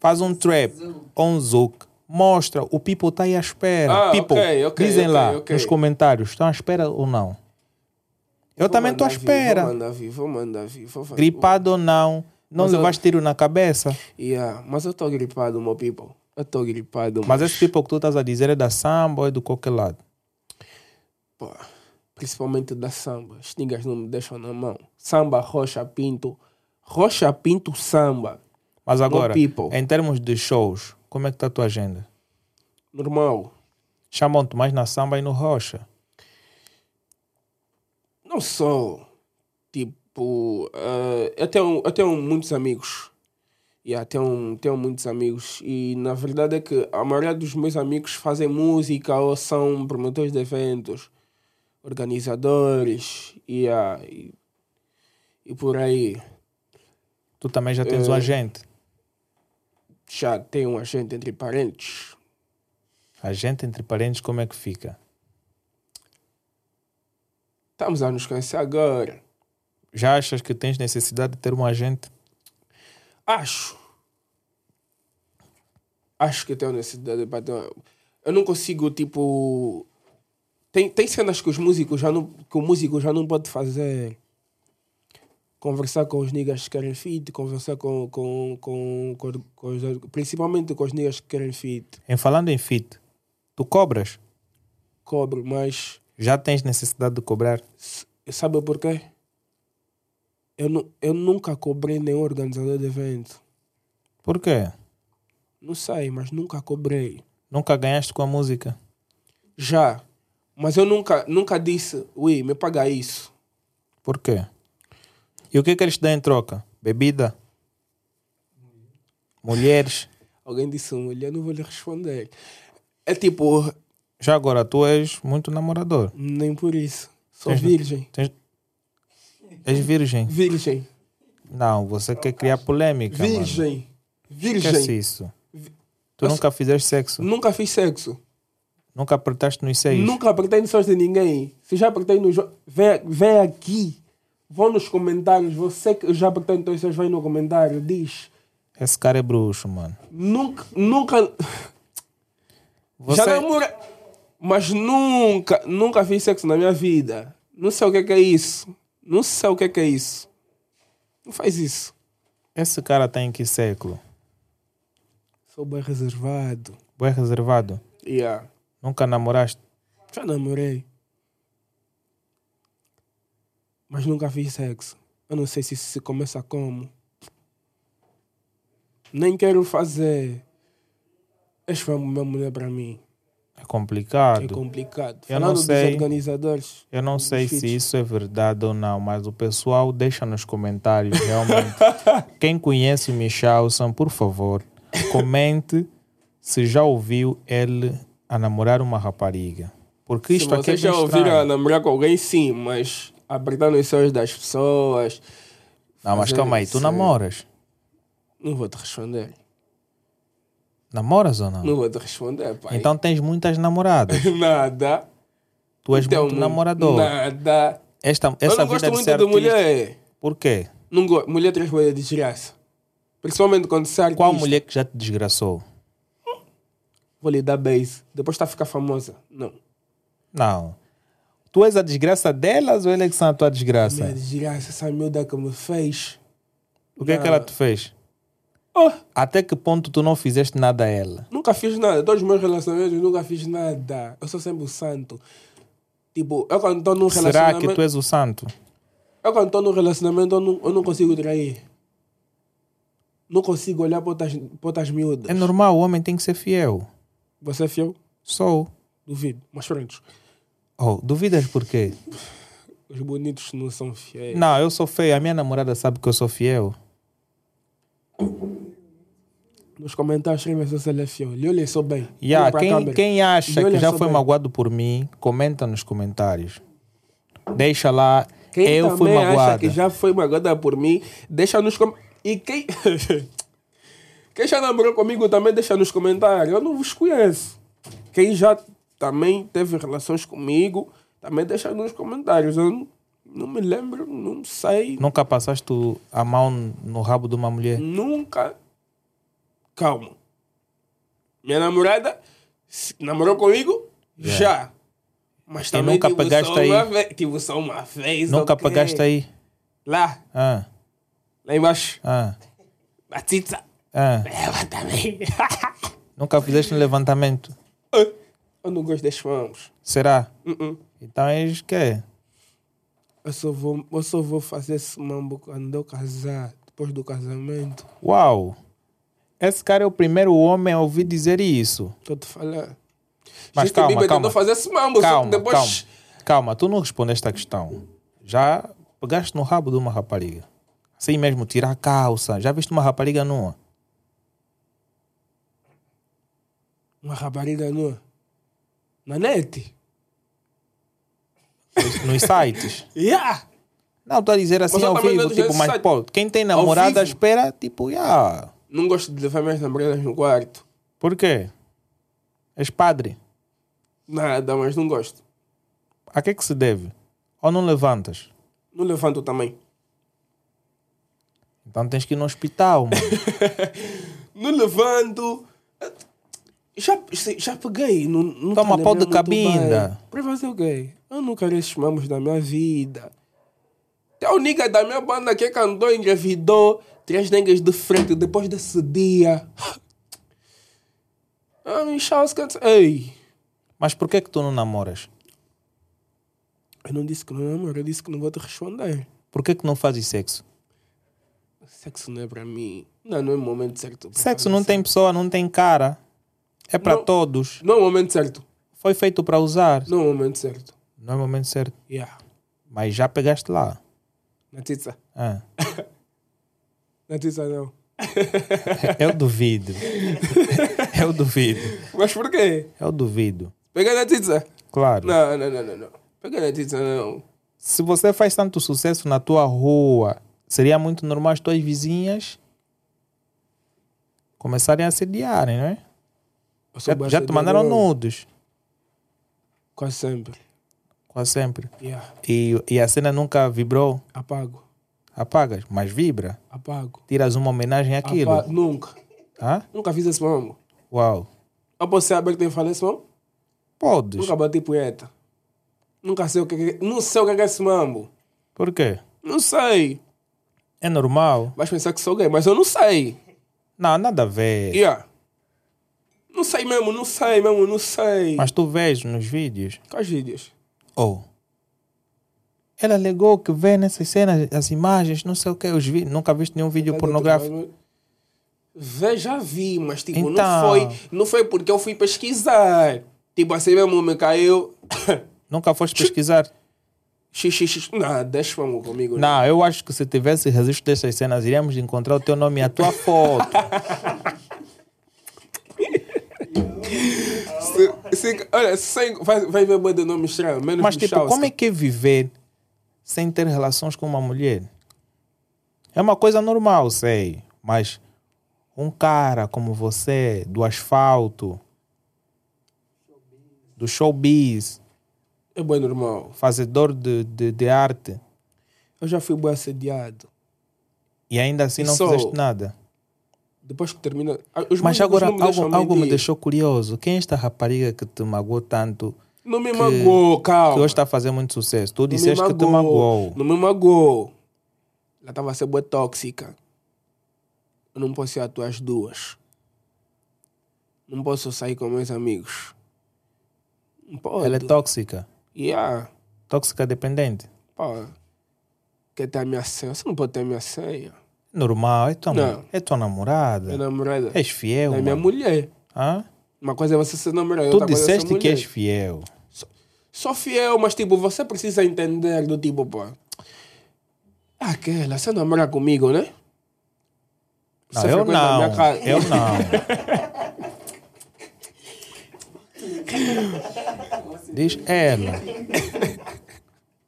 Faz um trap ou um zouk. Mostra. O people está aí à espera. Ah, people, ok, ok, dizem ok, lá ok. nos comentários. Estão à espera ou não? Eu também estou à Vou espera. mandar vir, vou mandar vir. Vou fazer- Gripado ou não. Não Mas eu- levaste tiro na cabeça. Yeah, mas eu estou gripado, meu people. Eu estou gripado. Mas esse people que tu estás a dizer é da samba ou é do qualquer lado? pô, principalmente da samba. As niggas não me deixam na mão. Samba, rocha, pinto. Rocha, pinto, samba. Mas agora, people. em termos de shows, como é que está a tua agenda? Normal. Chamam-te mais na samba e no rocha. Não só. Tipo, eh, eu, tenho, eu tenho muitos amigos. Yeah, tenho, tenho muitos amigos. E na verdade é que a maioria dos meus amigos fazem música ou são promotores de eventos, organizadores yeah, e, e por aí. Tu também já Eh, tens um agente. Já tem um agente entre parentes. Agente entre parentes, como é que fica? Estamos a nos conhecer agora. Já achas que tens necessidade de ter um agente? Acho. Acho que tenho necessidade para ter. Eu não consigo, tipo. Tem, tem cenas que os músicos já não. que o músico já não pode fazer. Conversar com os niggas que querem feed, conversar com, com, com, com, com os, principalmente com os niggas que querem feed. Em falando em fit, tu cobras? Cobro, mas Já tens necessidade de cobrar? s- sabe por quê? Eu, nu- eu nunca cobrei nenhum organizador de evento. Por quê? Não sei, mas nunca cobrei. Nunca ganhaste com a música? Já. Mas eu nunca, nunca disse, ui, me paga isso. Por quê? E o que é que eles te dão em troca? Bebida? Mulheres? Alguém disse, mulher, eu não vou lhe responder. É tipo, Já agora, tu és muito namorador. nem por isso. Sou Tens- virgem. Tens... És virgem? Virgem. Não, você quer criar polêmica, mano. Virgem. Esquece Virgem. isso. Tu nunca fizeste sexo? Nunca fiz sexo. Nunca apertaste nos seios? Nunca apertei nos sons de ninguém. Se já apertei nos. Vem, vem aqui. Vão nos comentários. Você que já apertei nos teus sons, vem no comentário. Diz. Esse cara é bruxo, mano. Nunca. Nunca. Já namora. Mas nunca, nunca fiz sexo na minha vida. Não sei o que é, que é isso. Não sei o que é, que é isso. Não faz isso. Esse cara tá em que século? Sou bem reservado. Boé reservado? Yeah. Nunca namoraste? Já namorei. mas nunca fiz sexo. Eu não sei se isso se começa como. Nem quero fazer. Este foi uma mulher para mim. É É complicado. complicado. Eu não Falando sei. dos organizadores. Eu não sei se Difícil. isso é verdade ou não, mas o pessoal deixa nos comentários realmente. Quem conhece o Michelson, por favor, comente se já ouviu ele a namorar uma rapariga. Porque Se isto aqui é vocês já bem ouviram a estranho. namorar com alguém, sim, mas apertando os sonhos das pessoas. Não, mas fazer calma aí, tu isso. namoras? Não vou te responder. Namoras ou não? Não vou te responder, pai. Então tens muitas namoradas. nada. Tu és Então, muito não- namorador. Nada. Esta, eu essa vida não gosto de muito ser de artista, mulher. Por quê? Não go... Mulher traz boia de desgraça. Principalmente quando você é artista. Qual mulher que já te desgraçou? Vou lhe dar base. Depois está a ficar famosa. Não. Não. Tu és a desgraça delas ou elas que são a tua desgraça? Minha desgraça, essa miúda que me fez. O que é que ela te fez? Oh, Até que ponto tu não fizeste nada a ela? nunca fiz nada. Todos os meus relacionamentos nunca fiz nada. Eu sou sempre o santo. Tipo, eu quando estou num Será relacionamento. que tu és o santo? Eu quando estou num relacionamento, eu não, eu não consigo trair. Não consigo olhar para outras, para outras miúdas. É normal, o homem tem que ser fiel. Você é fiel? Sou. Duvido. Mas pronto. Oh, duvidas por quê? Os bonitos não são fiéis. Não, eu sou feio. A minha namorada sabe que eu sou fiel. Nos comentários, escreve se ele é fiel. Lhe olha só bem. Olha Yeah, ah, pra quem, câmera. quem acha E olha que já só foi bem. magoado por mim, comenta nos comentários. Deixa lá. Quem eu fui também acha magoada. que já foi magoada por mim, deixa nos com... E quem... quem já namorou comigo também deixa nos comentários. Eu não vos conheço. Quem já também teve relações comigo, também deixa nos comentários. Eu não, não me lembro, não sei. Nunca passaste tu a mão no rabo de uma mulher? Nunca. Calma. Minha namorada se- namorou comigo? Já. Mas É. E também nunca tive pegaste só aí? uma vez. Tive só uma vez. Nunca ok? pagaste aí? Lá, Ah, lá embaixo. ah, A tita. ah. Ela também. Nunca fizeste um levantamento? eu não gosto das mãos. Será? Uh-uh. Então és que Eu, só vou, eu só vou fazer esse mambo quando eu casar. Depois do casamento. Uau! Esse cara é o primeiro homem a ouvir dizer isso. Tô te falando. Mas Justin calma, Bieber calma. tentou fazer esse mambo. Calma, só que depois... calma. Calma, tu não respondeste a questão. Já pegaste no rabo de uma rapariga. Assim mesmo, tirar a calça. Já viste uma rapariga nua? Uma rapariga nua. Na net. Nos- Nos sites. Yeah! Não, estou a dizer assim Mas eu ao também vivo. vejo Tipo, esse mas site. pô, quem tem namorada vivo. espera, tipo, yeah. Não gosto de levar minhas namoradas no quarto. Por quê? És padre. Nada, mas não gosto. A que é que se deve? Ou não levantas? Não levanto também. Então tens que ir no hospital, mano. Não levanto. Já, já peguei. Não, não Toma tô pau de lembrando muito cabinda. bem. Pra fazer o quê? Eu não quero esses mamos da minha vida. Tem o nigga da minha banda que cantou, engravidou. Três negas de frente depois desse dia. Ah, me Charles Cantz. Ei! Mas por que é que tu não namoras? Eu não disse que não namoro, eu disse que não vou te responder. Por que é que não fazes sexo? Sexo não é pra mim. Não, não é o momento certo. pra Sexo fazer não tem pessoa, não tem cara. É para Não. todos. Não é o momento certo. Foi feito para usar. Não é o momento certo. Não é o momento certo. Yeah. Mas já pegaste lá. Na tizza. Ah. Na tizza não. Eu é duvido. Eu duvido. Mas por quê? Eu duvido. Pegar na tizza. Claro. Não, não, não, não, não. Pegar na tizza não. Se você faz tanto sucesso na tua rua, seria muito normal as tuas vizinhas começarem a assediarem, não é? Eu sou Já, já te bastante mandaram amoroso. nudes. Quase sempre. Quase sempre. Yeah. E, e a cena nunca vibrou. Apago. Apagas, mas vibra. Apago. tiras uma homenagem àquilo. Apa- Nunca. Hã? Nunca fiz esse mambo. Uau. Eu posso ser aberto e falar esse mambo? Podes. Nunca bati punheta. Nunca sei o que é. Não sei o que é esse mambo. Por quê? Não sei. É normal? Vais pensar que sou gay, mas eu não sei. Não, nada a ver. Yeah. Não sei mesmo, não sei mesmo, não sei. Mas tu vês nos vídeos. Quais vídeos? Oh. Ela alegou que vê nessas cenas as imagens, não sei o que, os vi nunca viste nenhum vídeo pornográfico. Vê, já vi, mas tipo, Então. não, foi, não foi porque eu fui pesquisar. Tipo, assim mesmo me caiu. Nunca foste pesquisar. xixi, não, deixa vamos comigo. né? Não, eu acho que se tivesse registro dessas cenas, iríamos encontrar o teu nome e a tua foto. Se- se- olha, sem, vai, vai ver banda nome estranho, menos Mas, tipo, como é que é viver sem ter relações com uma mulher? É uma coisa normal, sei. Mas um cara como você, do asfalto, do showbiz, É bem normal. fazedor de, de, de arte, Eu já fui bem assediado. e ainda assim não Isso. fizeste nada. Depois que termina. ah, os Mas músicos agora, não me deixam algo, algo me mentir. deixou curioso. Quem é esta rapariga que te magoou tanto, Não me magoou, calma. que hoje está a fazer muito sucesso? Tu Não me disseste que te magoou. Não me magoou. Ela estava a ser boa tóxica. Eu não posso ir atuar as duas. Não posso sair com meus amigos. Não pode. Ela é tóxica. Yeah. Tóxica dependente. Pô. Quer ter a minha senha? Você não pode ter a minha senha. Normal, é tua, Não. é tua namorada. Minha namorada. És fiel, É minha mano. mulher. Hã? Uma coisa é você ser namorada. Tu outra coisa é ser disseste que mulher. és fiel. Sou fiel, mas tipo, você precisa entender do tipo, pô. Aquela, você namora comigo, né? Não, Você eu frequenta a minha não. casa. Eu não. Diz ela.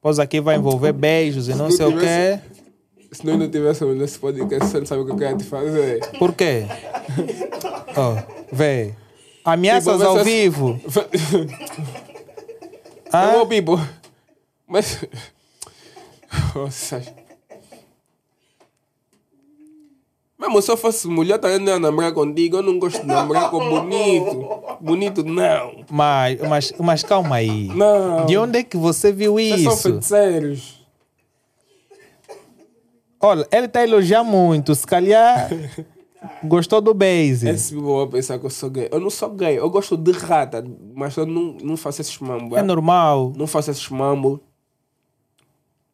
Pois aqui vai envolver beijos e não sei o quê. Se não, não tivesse nesse podcast, você não sabe o que eu quero te fazer. Por quê? Oh, vê. Ameaças Tipo, ao vocês- vivo. Ah? Hã? Ô, Bibo. Mas. Nossa. Mesmo se eu fosse mulher, também não ia namorar contigo. Eu não gosto de namorar com bonito. Bonito, não. Mas, mas, mas calma aí. Não. De onde é que você viu Vocês são isso? feiticeiros. Olha, ele está a elogiar muito. Se calhar gostou do base. Esse povo vai pensar que É eu sou gay. Eu não sou gay, eu gosto de rata, mas eu não, não faço esses mambo. É normal. Não faço esses mambo.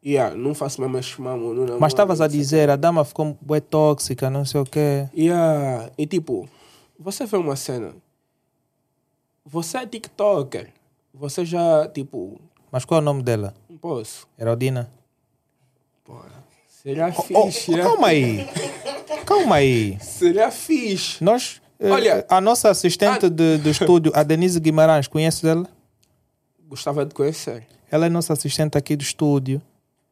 Yeah, não faço mesmo esses mambo. Não, namoro, Mas estavas a etc. dizer, a dama ficou bué tóxica, não sei o quê. Yeah, e tipo, você vê uma cena. Você é TikToker. Você já, tipo, Mas qual é o nome dela? não posso. Heraldina? Porra. Seria Oh, fixe, né? calma aí. Calma aí. Seria fixe. Nós, eh, Olha, a nossa assistente de, do estúdio, a Denise Guimarães, conheces ela? Gostava de conhecer. Ela é nossa assistente aqui do estúdio.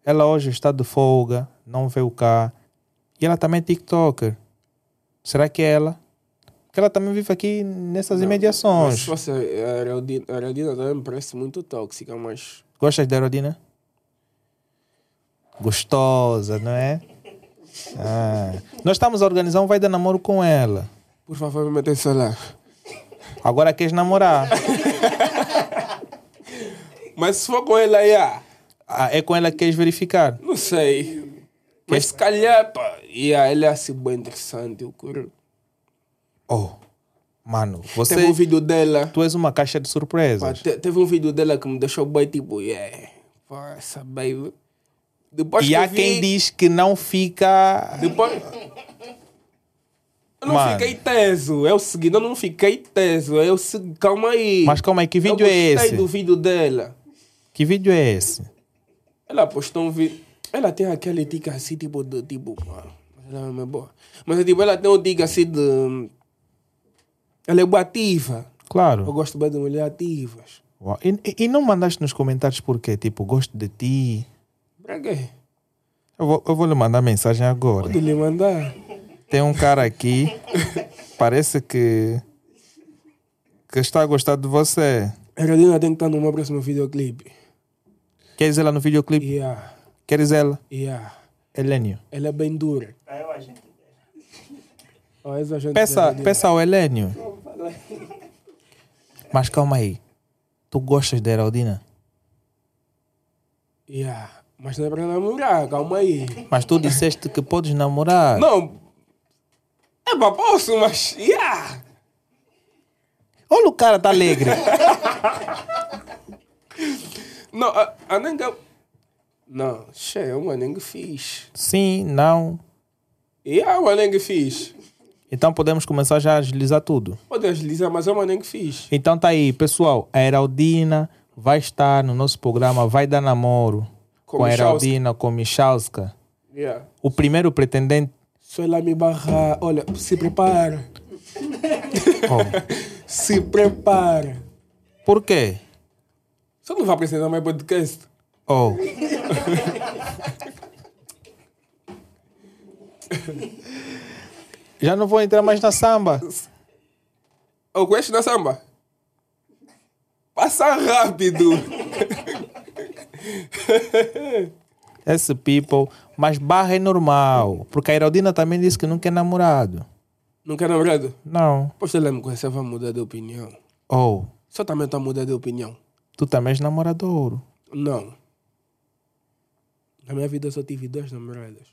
Ela hoje está de folga, não veio cá. E ela também é TikToker. Será que é ela? Porque ela também vive aqui nessas Mas se imediações. fosse a Heraldina, a Heraldina também me parece muito tóxica, mas. Gostas da Herodina? Gostosa, não é? Ah. Nós estamos a organizar um vai dar namoro com ela. Por favor, me mete isso lá. Agora queres namorar. Mas se for com ela, yeah. Ah, é com ela que queres verificar. não sei. Mas se calhar, pá, yeah, ele é assim bem interessante. Eu curo. Oh, mano, você. Teve um vídeo dela. Tu és uma caixa de pá, surpresas. te- teve um vídeo dela que me deixou bem tipo, yeah. Pá, essa baby. Depois E que há vi, quem diz que não fica. Depois... Eu não Mano. fiquei teso. É o seguinte, eu não fiquei teso. É o seguinte, calma aí. Mas calma aí, que vídeo é Eu gostei esse? do vídeo dela. Que vídeo é esse? Ela postou um vídeo. Ela tem aquele tique assim, tipo, de, tipo. ah, Ela é uma boa. Mas tipo, ela tem um tique assim de. Ela é boa ativa. Eu Claro. gosto bem de mulheres ativas. Uau. E, e- e não mandaste nos comentários porquê? Tipo, gosto de ti. Pra quê? Eu vou, eu vou lhe mandar mensagem agora. Pode lhe mandar. Tem um cara aqui, parece que. que está a gostar de você. A Carolina tem que estar no meu próximo videoclipe. Queres ela no videoclipe? Yeah, Queres ela? yeah. Helênio. Ela é bem dura. Ó, essa é a gente Peça, dela. peça ao Helênio. Mas calma aí. Tu gostas da Heraldina? Yeah. Mas não é pra namorar, calma aí. Mas tu disseste que podes namorar. Não. É pra posso, mas. Yeah. Olha o cara, tá alegre. Não, a, a Nanga. Não, che, é um manengue fixe. Sim, não. E é um manengue fixe. Então podemos começar já a agilizar tudo. Pode deslizar, mas é um manengue fixe. Então tá aí, pessoal. A Heraldina vai estar no nosso programa Vai Dar Namoro com, a Michalski. Heraldina, com Michalska. Yeah. O primeiro pretendente. Só lá me barrar. Olha, se prepara. Oh, Se prepara. por quê? Você não vai apresentar mais podcast? Oh. Já não vou entrar mais na samba. Eu conheço da samba. Passa rápido. Esse people. Mas barra é normal. Porque a Heraldina também disse que nunca é namorado. Não quer namorado? Não. Pois ela me conhecer, vai mudar de opinião. Oh, Só também está mudar de opinião. tu também és namoradouro. Não. Na minha vida eu só tive duas namoradas.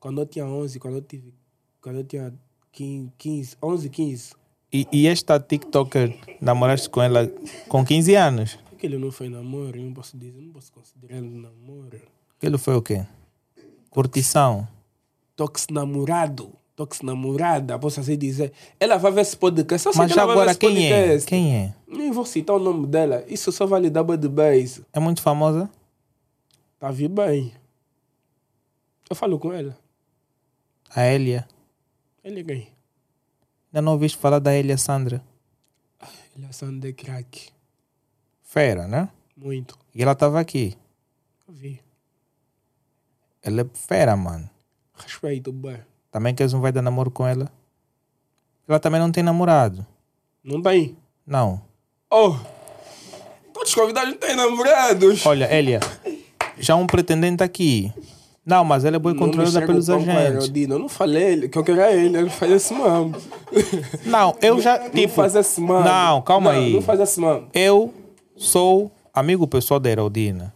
Quando eu tinha 11, quando eu tive. Quando eu tinha 15, 15 11, 15. E, e esta TikToker, namoraste com ela com 15 anos? Aquele não foi namoro, eu não posso dizer, não posso considerar ele namoro. Aquilo foi o quê? Curtição. Tox namorado, tox namorada, posso assim dizer. Ela vai ver esse podcast. Eu sei Mas que ela vai ver agora esse quem é? podcast. Quem é? Nem vou citar o nome dela. Isso só vale double de base. É muito famosa? Tá vi bem. Eu falo com ela. A Elia. Ela é quem? Ainda não ouviste falar da Elia Sandra? Ela é Sandra Crack. Fera, né? Muito. E ela estava aqui. Eu vi. Ela é fera, mano. Respeito, bem. Também queres um vai dar namoro com ela? Ela também não tem namorado. Não tem? Não. Oh! Todos os convidados não têm namorados! Olha, Elia, já um pretendente aqui. Não, mas ela é boa Não me controlada chega pelos o pão pra agentes. Heraldina. Eu não falei ele, que eu queria ele, ele faz esse mambo. Não, eu já. Não Tipo, faz esse mambo. Não, calma aí. Não faz esse mambo. eu sou amigo pessoal da Heraldina.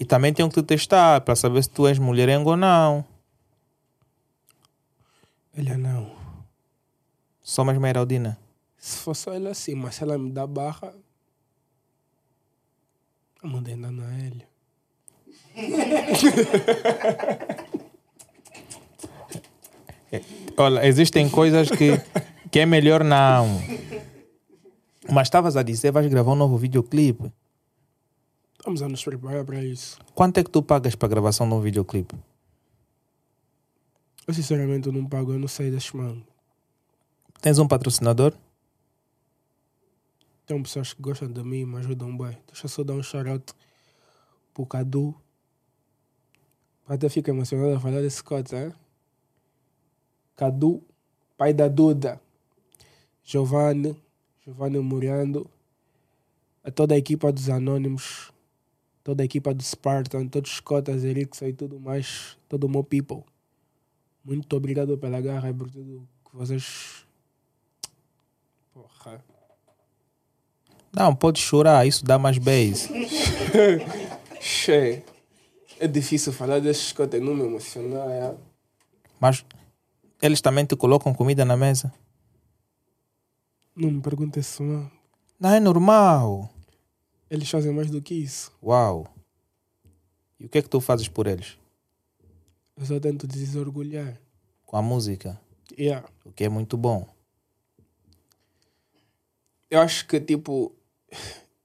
E também tenho que te testar para saber se tu és mulherengo ou não. é Ele não. Só mais uma Heraldina. Se for só ele assim, mas se ela me dá barra. Eu mandei ainda na ele. É, Olha, existem coisas que, que é melhor não. Mas estavas a dizer, vais gravar um novo videoclipe. Estamos a nos preparar para isso. Quanto é que tu pagas para a gravação de um videoclipe? Eu sinceramente eu não pago, eu não sei desse mambo. Tens um patrocinador? Tem pessoas que gostam de mim e me ajudam bem. Deixa eu só dar um shout pro Cadu. Até fico emocionado a falar desse cota, hein? Cadu, pai da Duda. Giovanni, Giovanni Muriando. A toda a equipa dos Anônimos. Toda a equipa do Spartan, todos os cotas, Erickson e tudo mais. Todo o meu people. Muito obrigado pela garra e por tudo que vocês... Porra... Não, pode chorar, isso dá mais base. Che, é difícil falar desses que eu tenho me emocionar. É. Mas eles também te colocam comida na mesa? Não me pergunte isso, não. Não é normal. Eles fazem mais do que isso. Uau. E o que é que tu fazes por eles? Eu só tento desorgulhar. Com a música, Yeah. o que é muito bom. Eu acho que, tipo,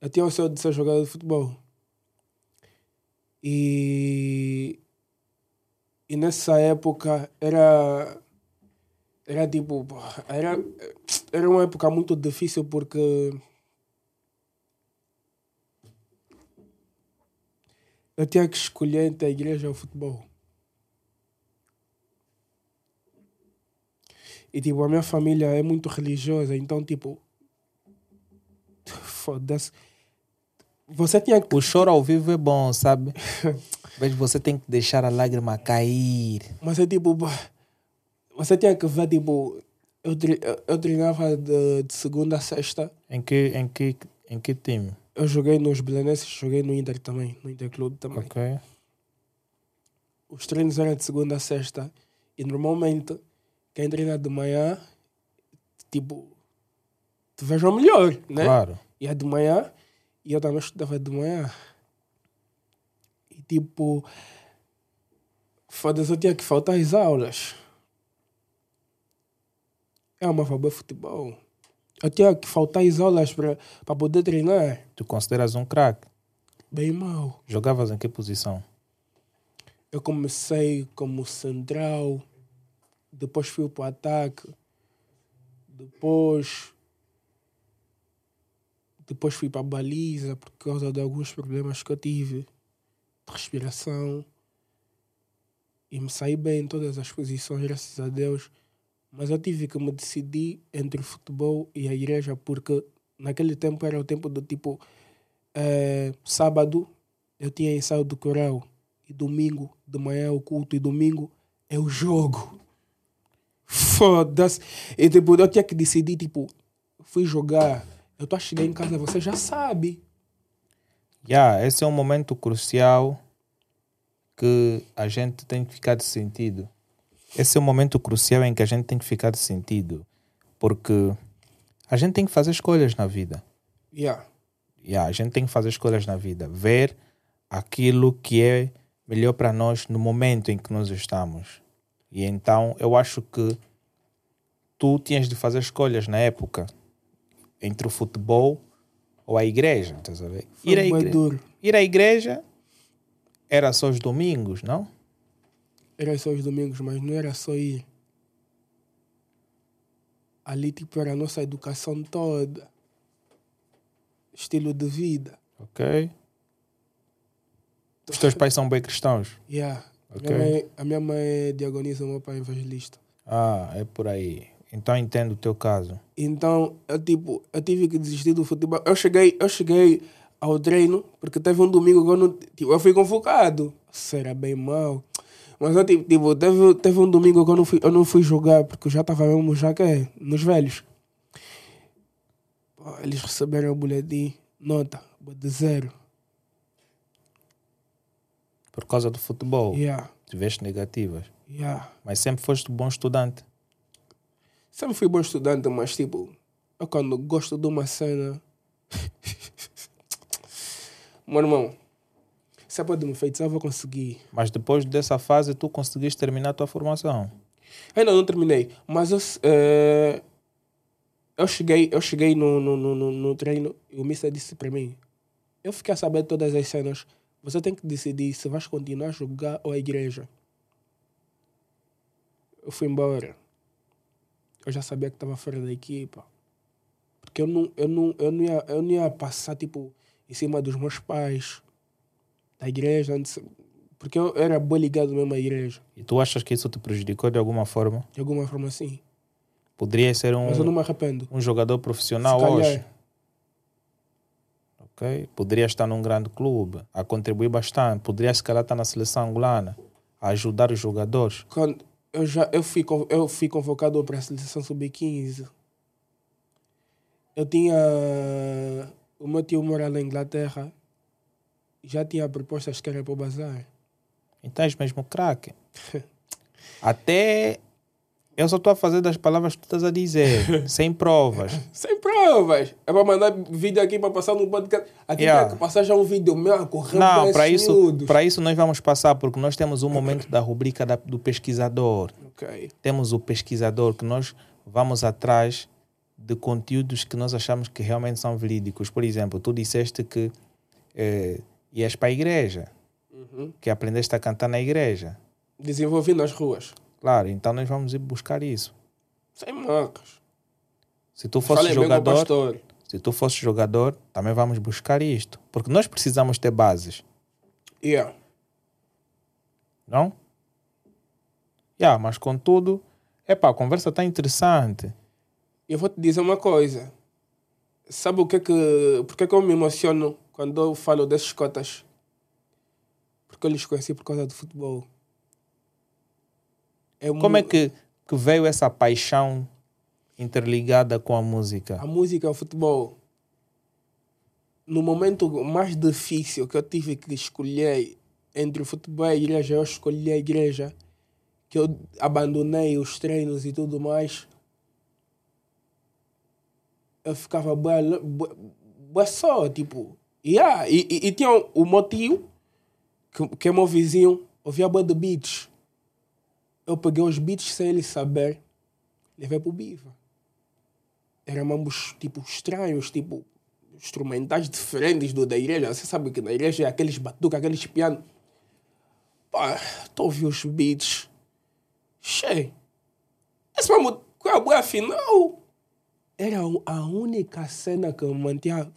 eu tinha o sonho de ser jogador de futebol. E. E nessa época era. Era tipo. porra, Era, era uma época muito difícil porque. Eu tinha que escolher entre a igreja e o futebol. E tipo, a minha família é muito religiosa, então tipo. Foda-se. Você tinha que. O choro ao vivo é bom, sabe? Mas você tem que deixar a lágrima cair. Mas é tipo. bah, Você tinha que ver, tipo. Eu, tre- eu- eu treinava de, de segunda a sexta. Em que, em que, em que time? Eu joguei nos Belenenses, joguei no Inter também, no Interclube também. Ok. Os treinos eram de segunda a sexta. E normalmente, quem treina de manhã, tipo. Te vejam melhor, né? Claro. E a de manhã, e eu também estudava de manhã. E E tipo, foda-se, eu tinha que faltar às aulas. É Eu amava bem futebol. Eu tinha que faltar às aulas para poder treinar. Tu consideras um craque? Bem mal. Jogavas em que posição? Eu comecei como central, depois fui para o ataque, depois depois fui para a baliza por causa de alguns problemas que eu tive de respiração. E me saí bem em todas as posições, graças a Deus. Mas eu tive que me decidir entre o futebol e a igreja, porque naquele tempo era o tempo do tipo. eh, sábado eu tinha ensaio do coral, e domingo de manhã é o culto, e domingo é o jogo. Foda-se! E tipo, eu tinha que decidir, tipo, fui jogar, eu tô a chegar em casa, você já sabe. Yeah, esse é um momento crucial que a gente tem que ficar de sentido. Esse é um momento crucial em que a gente tem que ficar de sentido. Porque a gente tem que fazer escolhas na vida. Yeah. Yeah, a gente tem que fazer escolhas na vida. Ver aquilo que é melhor para nós no momento em que nós estamos. E então eu acho que tu tinhas de fazer escolhas na época entre o futebol ou a igreja. Estás a ver? Foi bué duro. Ir à igreja era só os domingos, não? Era só os domingos, mas não era só ir. Ali, tipo, era a nossa educação toda. Estilo de vida. Ok. Os teus pais são bem cristãos? Yeah. Ok. Minha mãe, a minha mãe é diagonisa, meu pai é evangelista. Ah, é por aí. Então entendo o teu caso. Então, eu, tipo, eu tive que desistir do futebol. Eu cheguei, eu cheguei ao treino, porque teve um domingo que eu não. Tipo, eu fui convocado. Será bem mal. Mas eu, tipo, tipo, teve, teve um domingo que eu não fui, eu não fui jogar, porque eu já estava mesmo já que é, nos velhos. Pô, Eles receberam o boletim, nota, de zero. Por causa do futebol, Yeah, tiveste negativas. yeah. Mas sempre foste bom estudante. Sempre fui bom estudante, mas tipo, eu quando gosto de uma cena. Meu irmão, se é para de me feitiçar, eu vou conseguir. Mas depois dessa fase, tu conseguiste terminar a tua formação. Ainda não terminei, mas eu, s- eh, eu cheguei, eu cheguei no, no, no, no, no treino e o Mister disse para mim: Eu fiquei a saber todas as cenas. Você tem que decidir se vais continuar a jogar ou a igreja. Eu fui embora. Eu já sabia que estava fora da equipa. Porque eu não, eu, não, eu, não ia, eu não ia passar tipo, em cima dos meus pais, da igreja. antes- Porque eu era bem ligado mesmo à igreja, E tu achas que isso te prejudicou de alguma forma? de alguma forma assim. Poderias ser um, Mas eu não me arrependo. um jogador profissional Se calhar. hoje. Ok? Poderias estar num grande clube, a contribuir bastante. Poderias, se calhar, estar na seleção angolana, a ajudar os jogadores. Quando eu já eu fui, con- eu fui convocado para a seleção sub-15. Eu tinha. O meu tio mora na Inglaterra. Já tinha propostas que era para o bazar. Então és mesmo craque. Até eu só estou a fazer das palavras que tu estás a dizer, sem provas. Sem provas! É para mandar vídeo aqui para passar no podcast. Aqui Yeah. tem que passar já um vídeo meu a correr Não, pra para esses isso, miúdos. para isso nós vamos passar, porque nós temos um momento da rubrica da- do pesquisador. Ok. Temos o pesquisador que nós vamos atrás de conteúdos que nós achamos que realmente são verídicos. Por exemplo, tu disseste que eh, ias para a igreja, Uhum. que aprendeste a cantar na igreja. Desenvolvi nas ruas. Claro, então nós vamos ir buscar isso. Sem marcas. Se tu fosse Falei bem com o jogador, pastor. Se tu fosse jogador, também vamos buscar isto. Porque nós precisamos ter bases, Yeah. não? Yeah, mas contudo, epá, a conversa está interessante. Eu vou te dizer uma coisa. Sabe o que é que. Por que é que eu me emociono quando eu falo desses cotas? Porque eu lhes conheci por causa do futebol. Como é mu- que, que veio essa paixão interligada com a música? A música é o futebol. No momento mais difícil que eu tive que escolher entre o futebol e a igreja, eu escolhi a igreja. Que eu abandonei os treinos e tudo mais. Eu ficava bué lo- ah, bué- bué só, tipo... Yeah. E, e, e tinha o meu tio, que, que é meu vizinho, ouvia a banda de beats. Eu peguei os beats sem ele saber, levei pro Biva. Eram ambos, tipo, estranhos, tipo, instrumentais diferentes do da igreja. Você sabe que na igreja é aqueles batucas, aqueles pianos. Pá, tô ouvindo os beats. Cheio. Esse mamu, qual é a boa afinal? Era a única cena que eu mantinha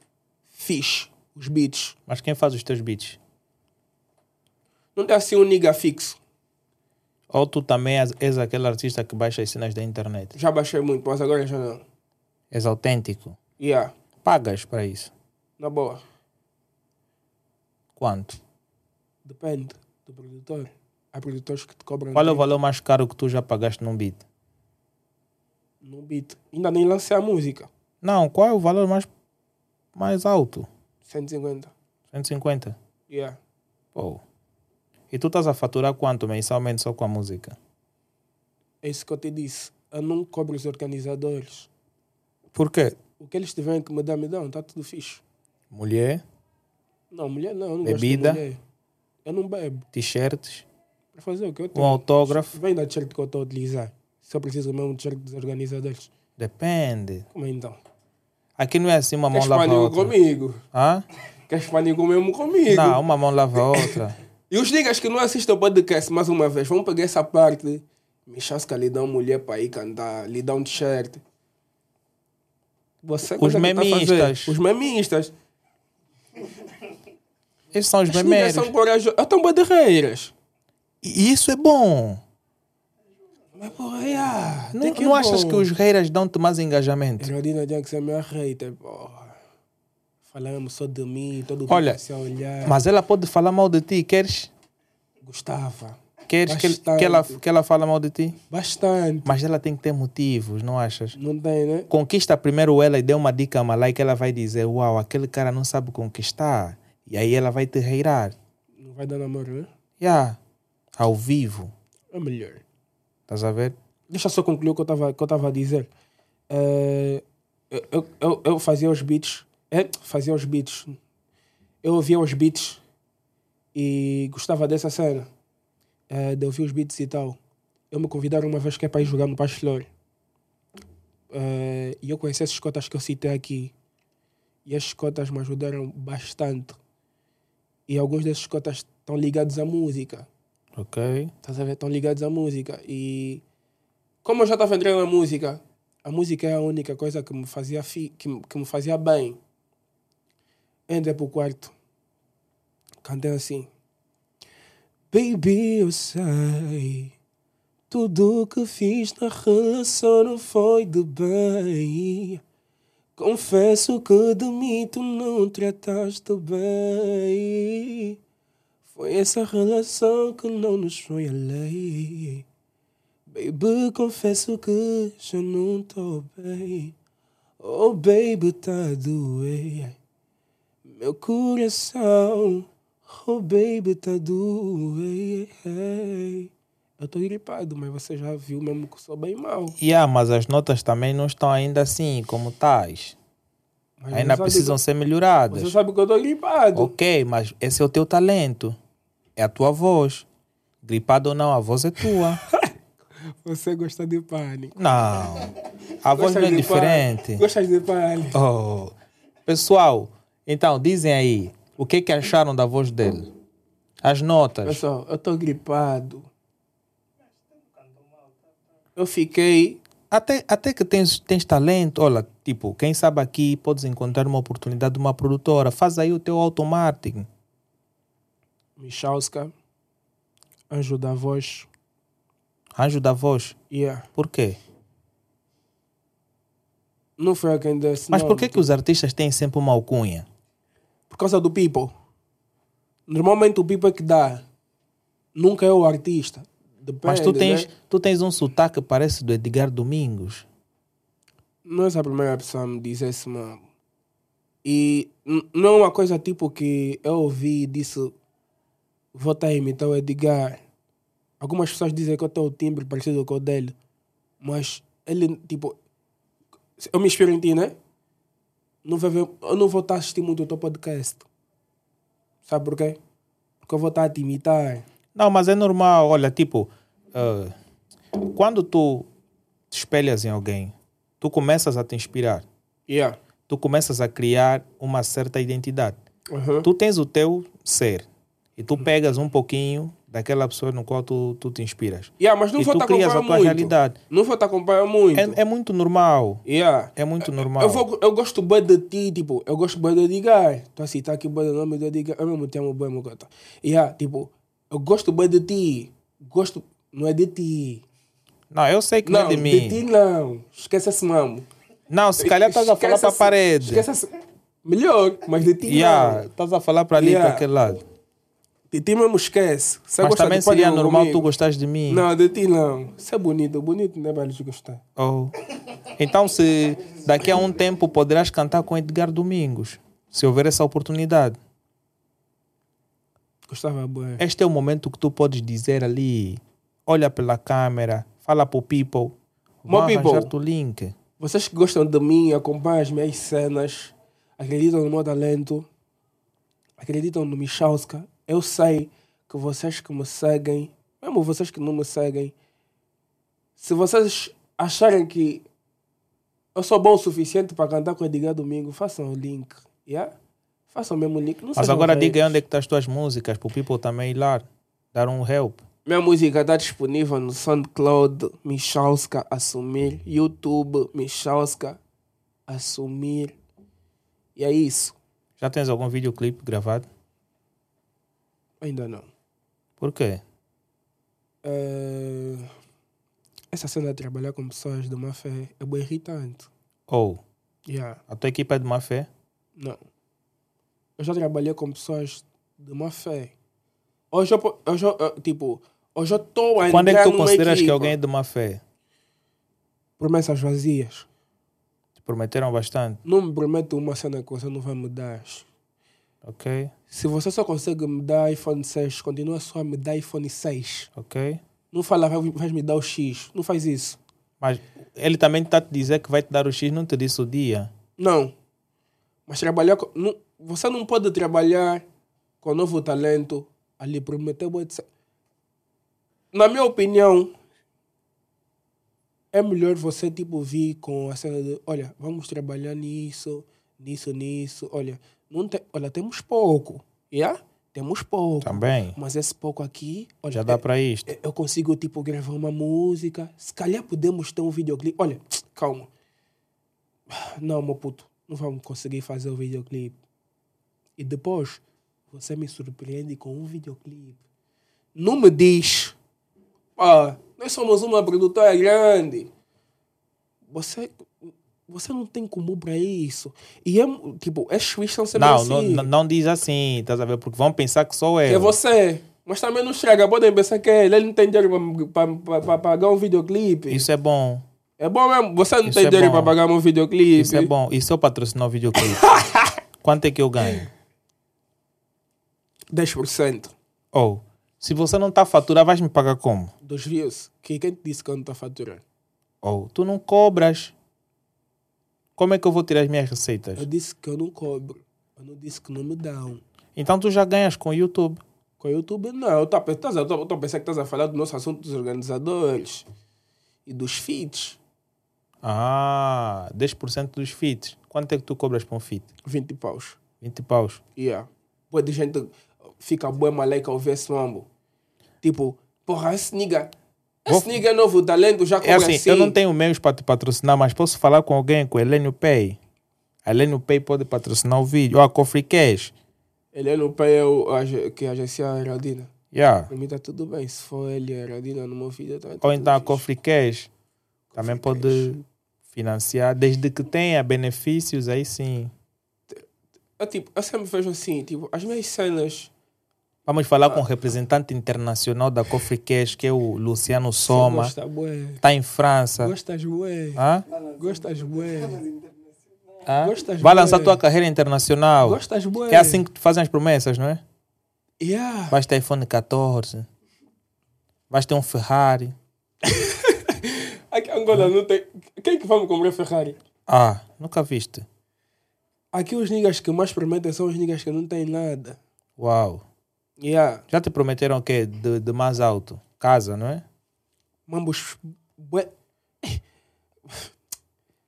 fixe, os beats. Mas quem faz os teus beats? Não tem assim um nigga fixo. Ou tu também és- és aquele artista que baixa as cenas da internet? Já baixei muito, mas agora já não. És autêntico? Yeah, Pagas para isso? na boa. Quanto? Depende do produtor. Há produtores que te cobram Qual é o tanto valor mais caro que tu já pagaste num beat? no beat. Ainda nem lancei a música. Não, qual é o valor mais, mais alto? 150. 150? Yeah. Pô. E tu estás a faturar quanto mensalmente só com a música? É isso que eu te disse. Eu não cobro os organizadores. Por quê? O que eles tiverem que me dar, me dão. Está tudo fixe. Mulher, Não, mulher não. Eu não Bebida? gosto de mulher. Eu não bebo. t-shirts, Para fazer o que eu um tenho. autógrafo. Vem da t-shirt que eu estou a utilizar. Se eu preciso mesmo de t-shirt dos organizadores. Depende. Como é então? Aqui não é assim uma mão Queres lava a pânico outra. comigo? Hã? Queres pânico mesmo comigo? Não, uma mão lava a outra. E os niggas que não assistem o podcast mais uma vez, vão pegar essa parte. Me chasca lhe dá uma mulher para ir cantar, lhe dá um t-shirt. Você, Os coisa que tá a fazer. memistas. Os memistas. Esses são Ah, os As niggas memeiros. são corajosas. Eu também barreiras. E isso é bom. Mas porra, é yeah, Não, não achas que os reiras dão-te mais engajamento? Herodina Jackson é minha hater, porra. Falamos só de mim, todo Olha, mundo se olhar. Mas ela pode falar mal de ti. Queres, Gostava. queres que, que ela, Bastante. que ela fale mal de ti? Bastante. Mas ela tem que ter motivos, não achas? Não tem, né? Conquista primeiro ela e dê uma dica a Malai que ela vai dizer: Uau, aquele cara não sabe conquistar. E aí ela vai te reirar. Não vai dar namoro, né? Yeah. Ao vivo. É melhor. Estás a ver? Deixa eu só concluir o que eu estava que eu tava a dizer. Eh, eu, eu, eu fazia os beats. É, fazia os beats. Eu ouvia os beats e gostava dessa cena. eh, de ouvir os beats e tal. Eu me convidaram uma vez que é para ir jogar no Bachelor. Eh, e eu conheci essas cotas que eu citei aqui. E as cotas me ajudaram bastante. E alguns desses cotas estão ligados à música. Ok. Estás a ver? Estão Tá ligados à música. E como eu já estava entrando na música, a música é a única coisa que me fazia, fi, que, me- que me fazia bem. Entrei pro quarto. Cantei assim. Baby, eu sei. Tudo que fiz na relação não foi de bem. Confesso que de mim tu não trataste bem. Foi essa relação que não nos foi além. Baby, confesso que já não tô bem. Oh, baby, tá a doer. Meu coração. Oh, baby, tá a doer. Eu tô gripado, mas você já viu mesmo que eu sou bem mal. Yeah, mas as notas também não estão ainda assim, como tais. Mas Ainda você sabe precisam Oh. que- ser melhoradas. Você sabe que eu tô gripado. Ok, mas esse é o teu talento. É a tua voz. Gripado ou não, a voz é tua. Você gosta de pânico. Não. A voz Gosta não é de diferente. Pânico. Gostas de pânico. Oh. Pessoal, então, dizem aí, o que que acharam da voz dele? As notas. Pessoal, eu tô gripado. Eu fiquei. Até, até que tens, tens talento, olha, tipo, quem sabe aqui podes encontrar uma oportunidade de uma produtora. Faz aí o teu automarketing. Michalska. Anjo da voz. Anjo da voz. Yeah. Por quê? Não foi eu quem desse. Mas por nome. que, que os artistas têm sempre uma alcunha? Por causa do people. Normalmente o people é que dá. Nunca é o artista. Depende, Mas tu tens, né? tu tens um sotaque que parece do Edgar Domingos. Não és a primeira pessoa a me dizer isso, mano. E n- não é uma coisa tipo que eu ouvi e disse vou tá então estar a imitar o Edgar. ah, Algumas pessoas dizem que eu tenho o timbre parecido com o dele. Mas ele, tipo, se eu me inspiro em ti, né? tá Não vai ver, eu não vou estar a assistir muito o teu podcast. Sabe por quê? porque eu vou estar a te imitar. Não, mas é normal. Olha, tipo, eh, quando tu te espelhas em alguém, tu começas a te inspirar, Yeah. tu começas a criar uma certa identidade. Uhum. Tu tens o teu ser e tu pegas um pouquinho daquela pessoa no qual tu, tu te inspiras. Yeah, mas não e vou tu te crias a acompanhar tua muito. realidade. Não vou te acompanhar muito. É, é muito normal. Yeah. É muito normal. Eu, vou, eu gosto bem de ti, tipo, eu gosto bem de Edgar. Tu a citar assim, tá aqui bem o nome do Edgar, eu mesmo te amo bem, meu gata. Yeah, tipo, eu gosto bem de ti. Gosto, não é de ti. Não, eu sei que não, Não, é de mim. tá ti não. Esquece esse nome. Não, se calhar estás a falar Esquece para a esse- parede. ah, Esquece esse... Melhor, mas de ti Yeah, não. estás a falar para ali, Yeah. para aquele lado. De ti mesmo esquece. Você Mas gosta também de pode seria não normal tu comigo. gostares de mim. Não, de ti não. Isso é bonito. Bonito não é para eles gostar. Oh. Então, se daqui a um tempo poderás cantar com Edgar Domingos, se houver essa oportunidade. Gostava bem. Este é o momento que tu podes dizer ali, olha pela câmera, fala para o people, Mo vão people. arranjar-te o link. Vocês que gostam de mim, acompanham as minhas cenas, acreditam no meu talento, acreditam no Michalska. Eu sei que vocês que me seguem, mesmo vocês que não me seguem, se vocês acharem que eu sou bom o suficiente para cantar com Edgar Domingo, façam o link. Yeah? Façam o mesmo link. Não Mas sejam agora diga aí velhos. onde é que estão as tuas músicas, para o people também ir lá, dar um help. Minha música está disponível no SoundCloud, Michalska Assumir, YouTube, Michalska Assumir. E é isso. Já tens algum videoclipe gravado? Ainda não. Por quê? Eh, Essa cena de trabalhar com pessoas de má fé é bem irritante. Ou, Yeah. a tua equipa é de má fé? Não. Eu já trabalhei com pessoas de má fé. Hoje eu, po- hoje eu, eu, tipo, hoje eu estou a Quando é entrar que tu numa consideras que equipa. alguém é de má fé? Promessas vazias. Te prometeram bastante, Não me prometo uma cena que você não vai me dar. ok? Se você só consegue me dar iPhone 6, continua só a me dar iPhone 6. Ok? Não fala, vai, vais me dar o X. Não faz isso. Mas ele também está a te dizer que vai te dar o X, não te disse o dia. Não. Mas trabalhar com. Não, você não pode trabalhar com novo talento ali prometer. bué de se- Na minha opinião, é melhor você tipo vir com a cena de: olha, vamos trabalhar nisso, nisso, nisso. Olha, não te, olha temos pouco. Yeah? Temos pouco. Também. Mas esse pouco aqui, olha, Tá. Já dá é- para isto. eu consigo, tipo, gravar uma música. Se calhar podemos ter um videoclipe. Olha, calma. Não, meu puto, não vamos conseguir fazer o videoclipe. E depois, você me surpreende com um videoclipe. Não me diz. Ah, nós somos uma produtora grande. Você... Você não tem como pra isso. E é, tipo, é chuis são sempre Não, assim. não, não- não diz assim, estás a ver? Porque vão pensar que sou É eu. você. Mas também não chega. Podem pensar que ele não tem dinheiro para pagar um videoclipe. Isso é bom. É bom mesmo. Você não Isso tem é bom. dinheiro para pagar um videoclipe. Isso é bom. E se eu patrocinar o videoclipe? Quanto é que eu ganho? 10% Ou, se você não está a faturar, vais me pagar como? dos views. Que quem te disse que eu não está faturando? Ou, tu não cobras. Como é que eu vou tirar as minhas receitas? Eu disse que eu não cobro. Eu não disse que não me dão. Então tu já ganhas com o YouTube. Com o YouTube, não. Eu tô, a pe- tás a- eu tô, eu tô a pensar que estás a falar do nosso assunto dos organizadores e dos feeds. Ah, 10% dos feeds. Quanto é que tu cobras para um feed? 20 paus. 20 paus. Yeah. então Pô, de gente fica boa maleca ao ver esse mambo. Tipo, porra, esse nigga. Esse nigga é novo talento, já É cobra assim, eu não tenho meios para te patrocinar, mas posso falar com alguém, com a Helene Pay. A Helene Pay pode patrocinar o vídeo. Ou a Cofre Cash. Ele é no pai é o, a, ge- que agencia a Radina. Yeah. Pra mim tá tudo bem. Se for ele e a Radina no meu vídeo, tá, tá Ou então a tudo Cofre fixe. Cash. Também Cofre pode financiar, desde que tenha benefícios, aí sim. Eu, tipo, eu sempre vejo assim, tipo, as minhas cenas. Vamos falar com o representante internacional da Cofre Cash, que é o Luciano Toma. Soma. Tá. Gosta, bué. Está em França. Gostas, bué. Hã? Gostas, bué. Tá Hã? Gostas Vai bué. lançar tua carreira internacional. Gostas, bué. É assim que tu fazem as promessas, não é? Yeah. Vais ter iPhone 14. Vais ter um Ferrari. Aqui em Angola não tem... Quem que vamos comprar Ferrari? Ah, nunca viste. Aqui os niggas que mais prometem são os niggas que não têm nada. Uau. Yeah. Já te prometeram o quê? De, de mais alto? Casa, não é? Mambos. Bué.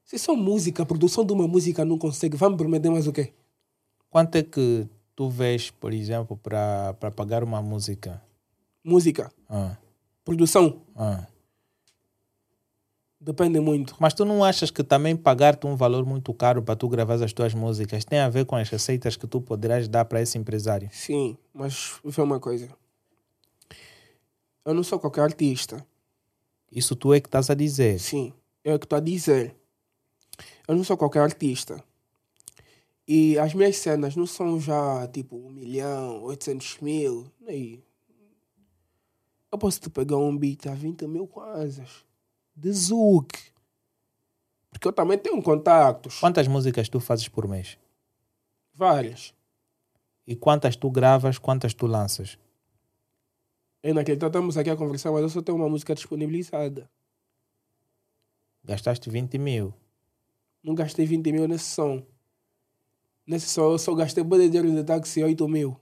Se só música, a produção de uma música não consegue, vamos prometer mais o quê? Quanto é que tu vês, por exemplo, para para pagar uma música? Música, Ah, produção, ah. depende muito. Mas tu não achas que também pagar-te um valor muito caro para tu gravar as tuas músicas tem a ver com as receitas que tu poderás dar para esse empresário? Sim, mas vê uma coisa. Eu não sou qualquer artista. Isso tu é que estás a dizer. Sim, é o que estou a dizer. Eu não sou qualquer artista. E as minhas cenas não são já tipo 1 milhão, 800 mil. Aí. Eu posso te pegar um beat a 20 mil kwanzas. De Zouk. Porque eu também tenho contactos. Quantas músicas tu fazes por mês? Várias. E quantas tu gravas, quantas tu lanças? Ainda que então estamos aqui a conversar, mas eu só tenho uma música disponibilizada. Gastaste 20 mil. Não gastei 20 mil nesse som. Nesse som eu só gastei boa de dinheiro de táxi 8 mil.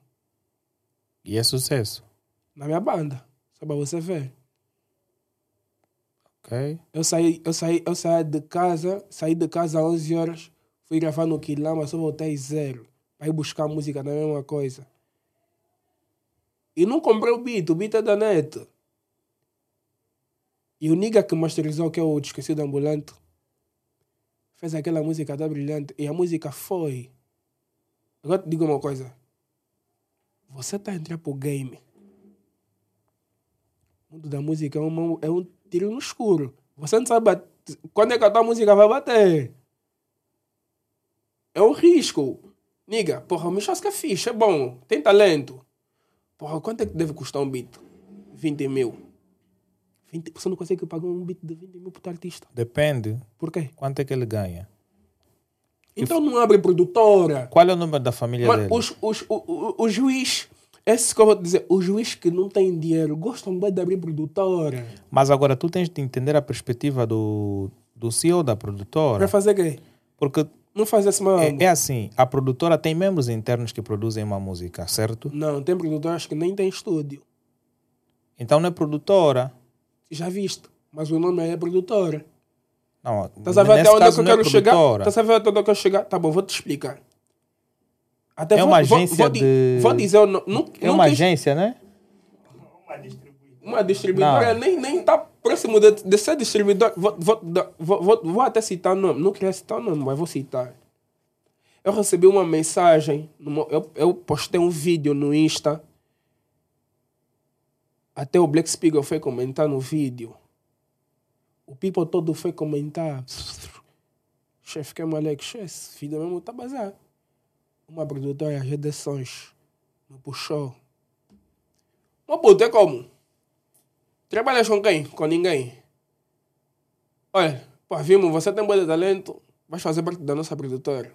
E é sucesso. Na minha banda. Só pra você ver. Ok? Eu saí, eu saí, eu saí de casa, saí de casa às 11 horas, fui gravar no Quilamba, só voltei zero. Para ir buscar música na mesma coisa. E não comprei o beat, o beat é da Neto. E o nigga que masterizou, que é o Esquecido Ambulante, fez aquela música da brilhante. E a música foi. Agora te digo uma coisa. Você tá entrando pro game. O mundo da música é, uma, é um tiro no escuro. Você não sabe bat- quando é que a tua música vai bater. É um risco. Niga, porra, o Michosca é fixe, é bom, tem talento. Porra, quanto é que deve custar um beat? 20 mil. 20, você não consegue pagar um beat de 20 mil pro teu artista. Depende. Por quê? Quanto é que ele ganha? Então não abre produtora. Qual é o número da família Mano, dele? os, os, o, o, o juiz. Esse que eu vou te dizer, o juiz que não tem dinheiro gostam bem de abrir produtora. Mas agora tu tens de entender a perspectiva do, do CEO da Pra produtora. fazer quê? Porque Não faz esse mal. é, é assim, a produtora tem membros internos que produzem uma música, certo? Não, tem produtoras que nem tem estúdio. Então não é produtora. Já viste. Mas o nome aí é produtora. Não, Estás a ver até nesse onde é que caso eu não é quero chegar? produtora. Estás a ver até onde eu quero chegar? Tá bom, vou te explicar. Até É uma agência di- de- Vou dizer o nome. Não, É não uma tem- agência, né? uma distribuidora Não. nem, nem tá próximo de, de ser distribuidora. Vou, vou, da- vou, vou, vou até citar o nome. Não queria citar o nome, mas vou citar. Eu recebi uma mensagem. no meu- eu, eu postei um vídeo no Insta. Até o Black Spiegel foi comentar no vídeo. O people todo foi comentar. Chefe, que é moleque, chefe, esse filho mesmo tá bazar. Uma produtora de sons me puxou. Uma puta é como? Trabalhas com quem? Com ninguém. Olha, pô, vimos, você tem bom de talento, vais fazer parte da nossa produtora.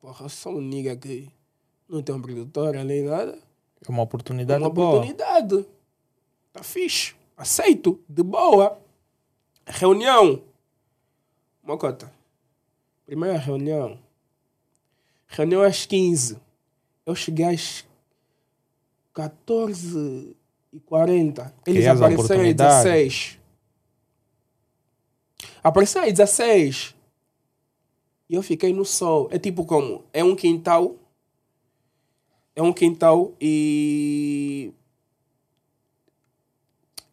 Porra, eu sou um nigga que não tem uma produtora nem nada. É uma É oportunidade uma boa. oportunidade. Tá fixe. Aceito. De boa. Reunião. Mocota. Primeira reunião. Reunião às 15. Eu cheguei às 14 e 40. Eles Crias é a apareceram às oportunidade. 16. Apareceram às 16. E eu fiquei no sol. É tipo como? É um quintal. É um quintal e.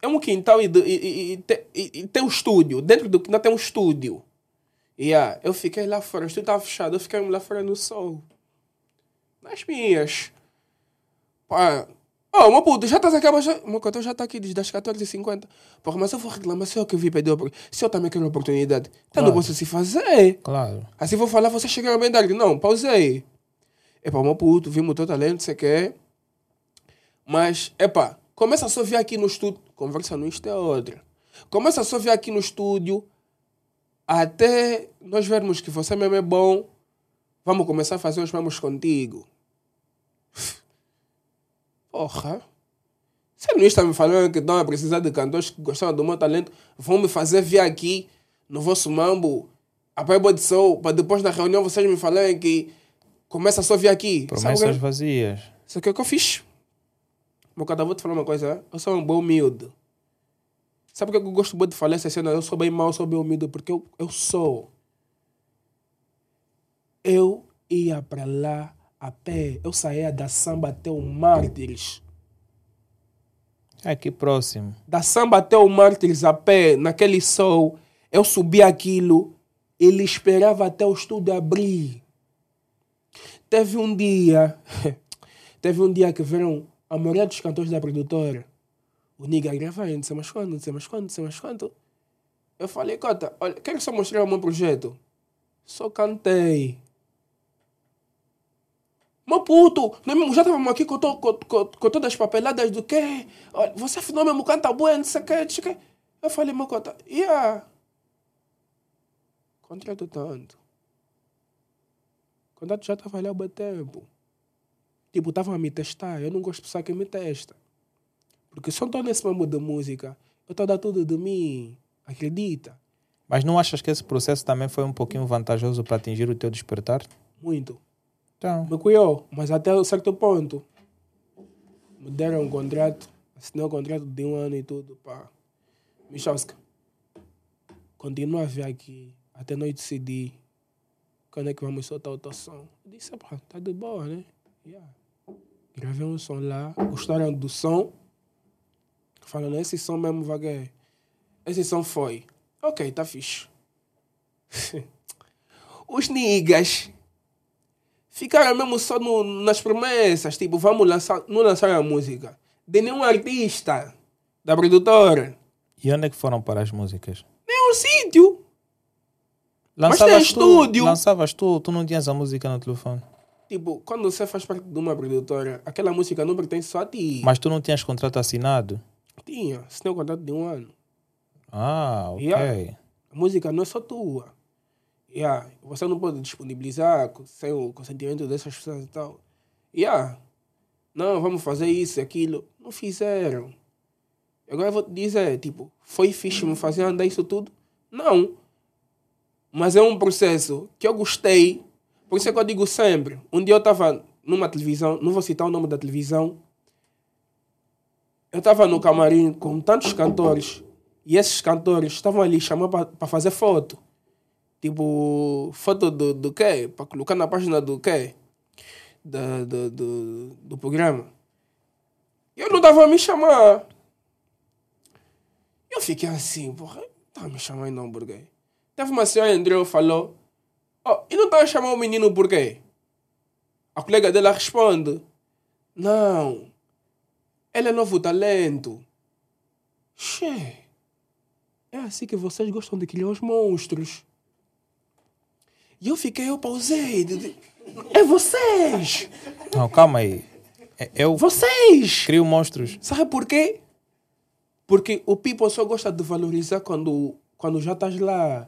É um quintal e, do- e, e- e te- e- e tem um estúdio. Dentro do quintal tem um estúdio. Yeah, eu fiquei lá fora, o estúdio estava fechado, eu fiquei lá fora no sol. Nas minhas. Pá. Oh, meu puto, já estás aqui, mas já... Meu cotão já está aqui desde as 14h50. Porra, mas eu vou reclamar se eu que vi perder a oportunidade. Se eu também quero a oportunidade. Tá no Claro. bolso se fazer. Claro. Assim vou falar, você chegaram bem tarde. Não, pausei. Epá, meu puto, vimos o teu talento, você quer. Mas, epá, começa só a vir aqui no estúdio. Conversa no Insta é outra. Começa só a vir aqui no estúdio. Até nós vermos que você mesmo é bom. Vamos começar a fazer os mesmos contigo. Porra. Você não está me falando que estão a precisar de cantores que gostaram do meu talento? Vão me fazer vir aqui no vosso mambo, a Playboy de Soul, para depois na reunião vocês me falarem que começa só a vir aqui. Sabe o Promessas que- vazias. Sabe o que é que eu fiz? Meu cara, vou te falar uma coisa. Eu sou um bom humilde. Sabe por que eu gosto muito de falar essa cena? Eu sou bem mau, eu sou bem humilde, porque eu, eu sou. Eu ia para lá a pé. Eu saía da samba até o Mártires. Aqui É, próximo. Da samba até o Mártires a pé, naquele sol. Eu subia aquilo. Ele esperava até o estúdio abrir. Teve um dia. teve um dia que viram a maioria dos cantores da produtora. O nigga gravando, não sei mais quanto, não sei mais quanto, não sei mais quanto. Eu falei, Cota, olha, quero só mostrar o meu projeto. Só cantei. Meu puto, nós mesmo já estávamos aqui com, to, com, com, com todas as papeladas do quê? Olha, Você afinal mesmo canta bem, não sei o quê, não sei o quê. Eu falei, meu Cota, yeah. Contrato tanto. Contrato já estava ali há bom tempo. Tipo, estavam a me testar. Eu não gosto de pessoa que me testa. Porque se eu estou nesse mesmo de música, eu estou a dar tudo de mim. Acredita? Mas não achas que esse processo também foi um pouquinho vantajoso para atingir o teu despertar? Muito. Então, Me cuiou, mas até um certo ponto. Me deram um contrato, assinei um contrato de um ano e tudo, pá. Michalska, continua a vir aqui até nós decidir quando é que vamos soltar o teu som. Eu disse, pá, tá de boa, né? Yeah. Gravei um som lá, gostaram do som. Falando, esse som mesmo, vaguei. Esse som foi. Ok, tá fixe. Os niggas ficaram mesmo só no- nas promessas, tipo, vamos lançar, não lançaram a música. De nenhum artista, da produtora, e onde é que foram para as músicas? nenhum sítio. Mas tem Lançavas tu, estúdio. lançavas tu, tu não tinhas a música no telefone. Tipo, quando você faz parte de uma produtora, aquela música não pertence só a ti. Mas tu não tinhas contrato assinado? Tinha, se tem um contrato de um ano. Ah, ok. Yeah. A música não é só tua. Yeah. Você não pode disponibilizar co- sem o consentimento dessas pessoas e tal. Yeah. Não, vamos fazer isso, aquilo. Não fizeram. Agora eu vou te dizer, tipo, foi fixe me fazer andar isso tudo? Não. Mas é um processo que eu gostei. Por isso é que eu digo sempre. Um dia eu estava numa televisão, não vou citar o nome da televisão. Eu estava no camarim com tantos cantores. E esses cantores estavam ali chamando para fazer foto. Tipo, foto do, do quê? Para colocar na página do quê? Da- do, do, do programa. E eu não dava a me chamar. Eu fiquei assim, porra, tá me chamando não, por quê? Teve uma senhora, entrou e falou, oh, e não estava a chamar o menino por quê? A colega dela responde, não, ele é novo talento. Che, é assim que vocês gostam de criar os monstros. E eu fiquei, eu pausei. de- de- É vocês! Não, calma aí. É- Eu Vocês! crio monstros. Sabe por quê? Porque o people só gosta de valorizar quando, quando já estás lá.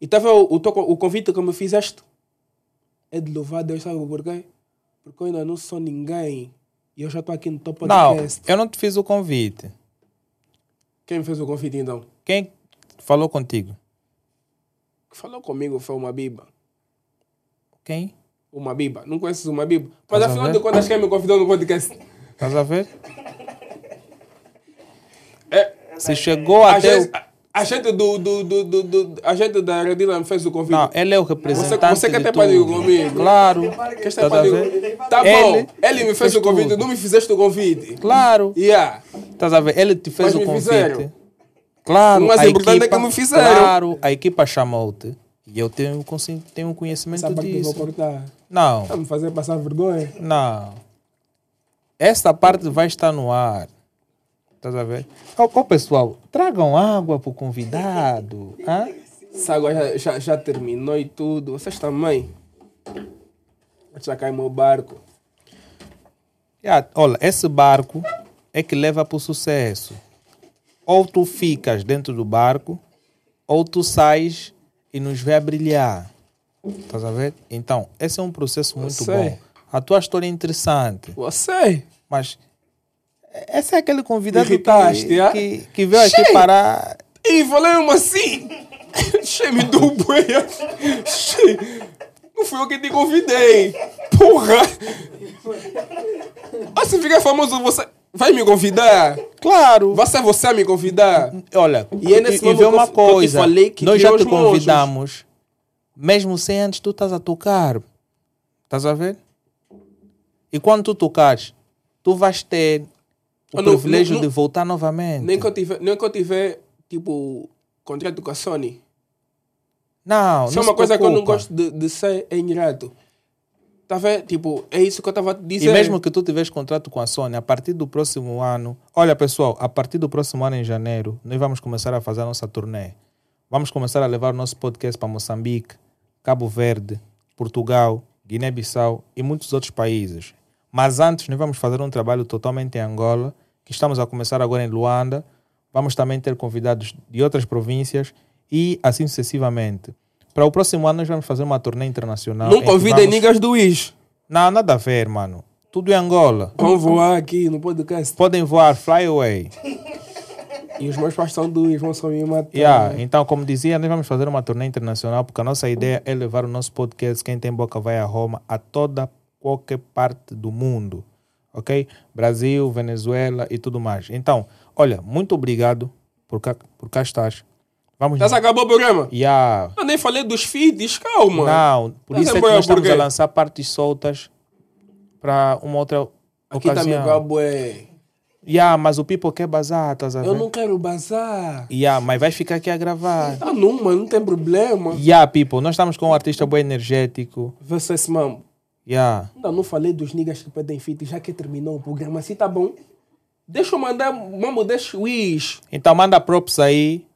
E estava o, o, teu co- o convite que me fizeste. É de louvar a Deus, sabe por quê? Porque eu ainda não sou ninguém. E eu já estou aqui no top Não, podcast. eu não te fiz o convite. Quem me fez o convite então? Quem falou contigo? Que falou comigo foi uma biba. Quem? Uma biba. Não conheces uma biba? Mas é? Mas afinal a ver- de contas, quem me convidou no podcast? Estás a ver? É, Se chegou a, até. gente, O... a, a gente do, do, do, do, do- A gente da Redila me fez o convite. Não, ele é o Você, representante. você quer de ter tudo. parido comigo? Claro. Quer ter Estás a parido? ver? Tá Ele- bom. Ele me fez fez o convite, tudo. não me fizeste o convite. Claro. Yeah. Estás a ver? Ele te fez Mas me o convite. fizeram. Claro. O mais a importante é que equipa- me fizeram. Claro, a equipa chamou-te. E eu tenho, consci- tenho um conhecimento Essa parte eu vou disso. cortar. Não, Tá me fazer passar vergonha. não. Esta parte vai estar no ar. Estás a ver? Ó, ó, pessoal, tragam água pro convidado. hã? Essa água já, já, já terminou e tudo. Vocês também. Já cai meu barco. Já, Olha, esse barco é que leva pro sucesso. Ou tu ficas dentro do barco, ou tu sais e nos vê a brilhar. Estás a ver? Então, esse é um processo muito sei. bom. A tua história é interessante. Você? Mas esse é aquele convidado que, Irritaste, ah? que, que veio aqui Cheio. parar. E falei assim. Che, me deu boia. Che, não fui eu que te convidei. Porra. Ah, se fica famoso você. Vai me convidar? Claro. Você, você a me convidar? Olha, E é nesse e, e momento vê que eu uma f- que eu te coisa. falei que nós tinha já os te monstros. convidamos. Mesmo sem antes tu estás a tocar. Estás a ver? E quando tu tocares, tu vais ter o Eu não- privilégio não- não- de voltar novamente. Nem que eu tiver, nem que eu tiver tipo, contrato com a Sony. Não, Isso é não uma se coisa que eu não preocupa. gosto de, de ser é ingrato. Tá vendo? Tipo, é isso que eu estava E dizendo. mesmo que tu tiveres contrato com a Sony, a partir do próximo ano, olha pessoal, a partir do próximo ano em janeiro, nós vamos começar a fazer a nossa turnê. Vamos começar a levar o nosso podcast para Moçambique, Cabo Verde, Portugal, Guiné-Bissau e muitos outros países. Mas antes, nós vamos fazer um trabalho totalmente em Angola, que estamos a começar agora em Luanda. Vamos também ter convidados de outras províncias e assim sucessivamente. Para o próximo ano, nós vamos fazer uma turnê internacional. em não que convidem vamos- niggas do Is. não, nada a ver, mano. Tudo em Angola. Vão voar aqui no podcast. Podem voar, fly away. E os meus pais são do Is, vão só me matar. Yeah. Então, como dizia, nós vamos fazer uma turnê internacional, porque a nossa ideia é levar o nosso podcast Quem Tem Boca Vai a Roma a toda, qualquer parte do mundo. Ok? Brasil, Venezuela e tudo mais. Então, olha, muito obrigado por cá, por cá estás. Vamos... Já se acabou o programa? Yeah. Eu nem falei dos feeds, calma. Não, por Mas isso é é que boa, nós estamos porque- a lançar partes soltas para uma outra Aqui tá ocasião. meu cabo, é. Yeah, mas o people quer bazar, estás a ver? Eu não quero bazar. Yeah, mas vai ficar aqui a gravar. Tá numa, não tem problema. Yeah, people, nós estamos com um artista bem energético. Vê só esse mambo. Yeah. Ainda não falei dos niggas que pedem feed, já que terminou o programa, assim tá bom. Deixa eu mandar, mambo, deixa o Is. Então manda props aí,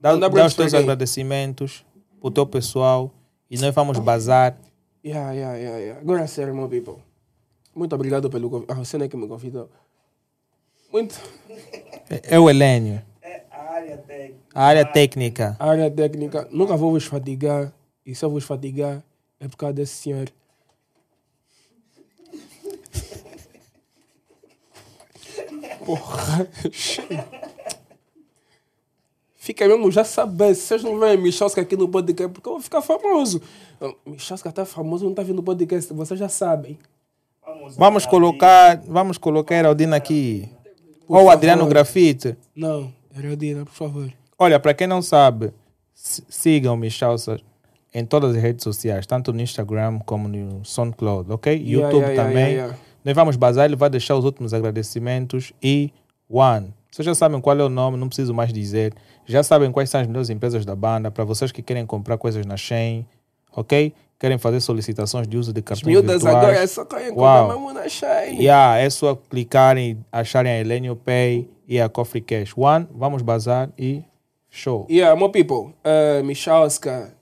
dá, Manda dá props os teus pra quem? agradecimentos pro teu pessoal e nós vamos bazar. Yeah, yeah, yeah, yeah. Agora é sério, meu people. Muito obrigado pelo convite. Ah, você não é que me convidou. Muito. É o Helênio, É a área técnica. a área técnica. A área técnica, nunca vou vos fatigar. E se eu vos fatigar, é por causa desse senhor. Porra. Fica mesmo, já sabe. Se vocês não veem Michosca aqui no podcast, porque eu vou ficar famoso. Michosca tá famoso, não tá vindo no podcast, vocês já sabem. Vamos, Vamos colocar, vamos colocar a Aldina aqui. Ou o Adriano favor. Grafite. Não, Heraldina, por favor. Olha, para quem não sabe, si- sigam Michalsa em todas as redes sociais, tanto no Instagram como no SoundCloud, ok? Yeah, YouTube yeah, yeah, também. yeah, yeah. Nós vamos basar, ele vai deixar os últimos agradecimentos e One. Vocês já sabem qual é o nome, não preciso mais dizer. Já sabem quais são as melhores empresas da banda, para vocês que querem comprar coisas na Shein, ok? Querem fazer solicitações de uso de As cartões miúdas virtuais. agora é assim. só querem Então, comprar Uau. mamão na Shine. Yeah, é só clicarem, acharem a Elenio Pay e a Coffee Cash. One, vamos bazar e show. Yeah, my people, uh, Michalska,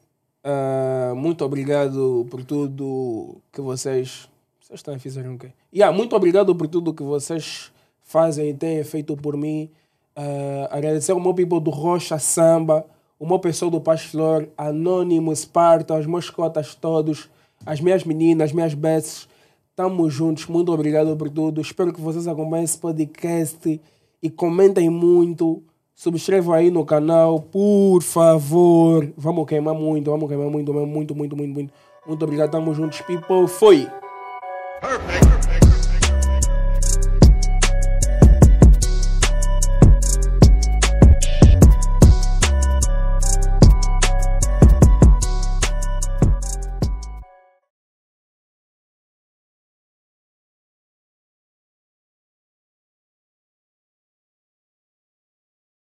uh, muito obrigado por tudo que vocês. Vocês estão a fazer o quê? Yeah, muito obrigado por tudo que vocês fazem e têm feito por mim. Uh, agradecer ao meu people do Rocha Samba, o meu pessoal do Paz Flor, Anônimo, Esparta, os meus cotas todos, as minhas meninas, as minhas besses. Tamo juntos, muito obrigado por tudo. Espero que vocês acompanhem esse podcast e comentem muito. Subscrevam aí no canal, por favor. Vamos queimar muito, vamos queimar muito, muito, muito, muito, muito. Muito obrigado, tamo juntos, people. Foi! Perfect. Perfect.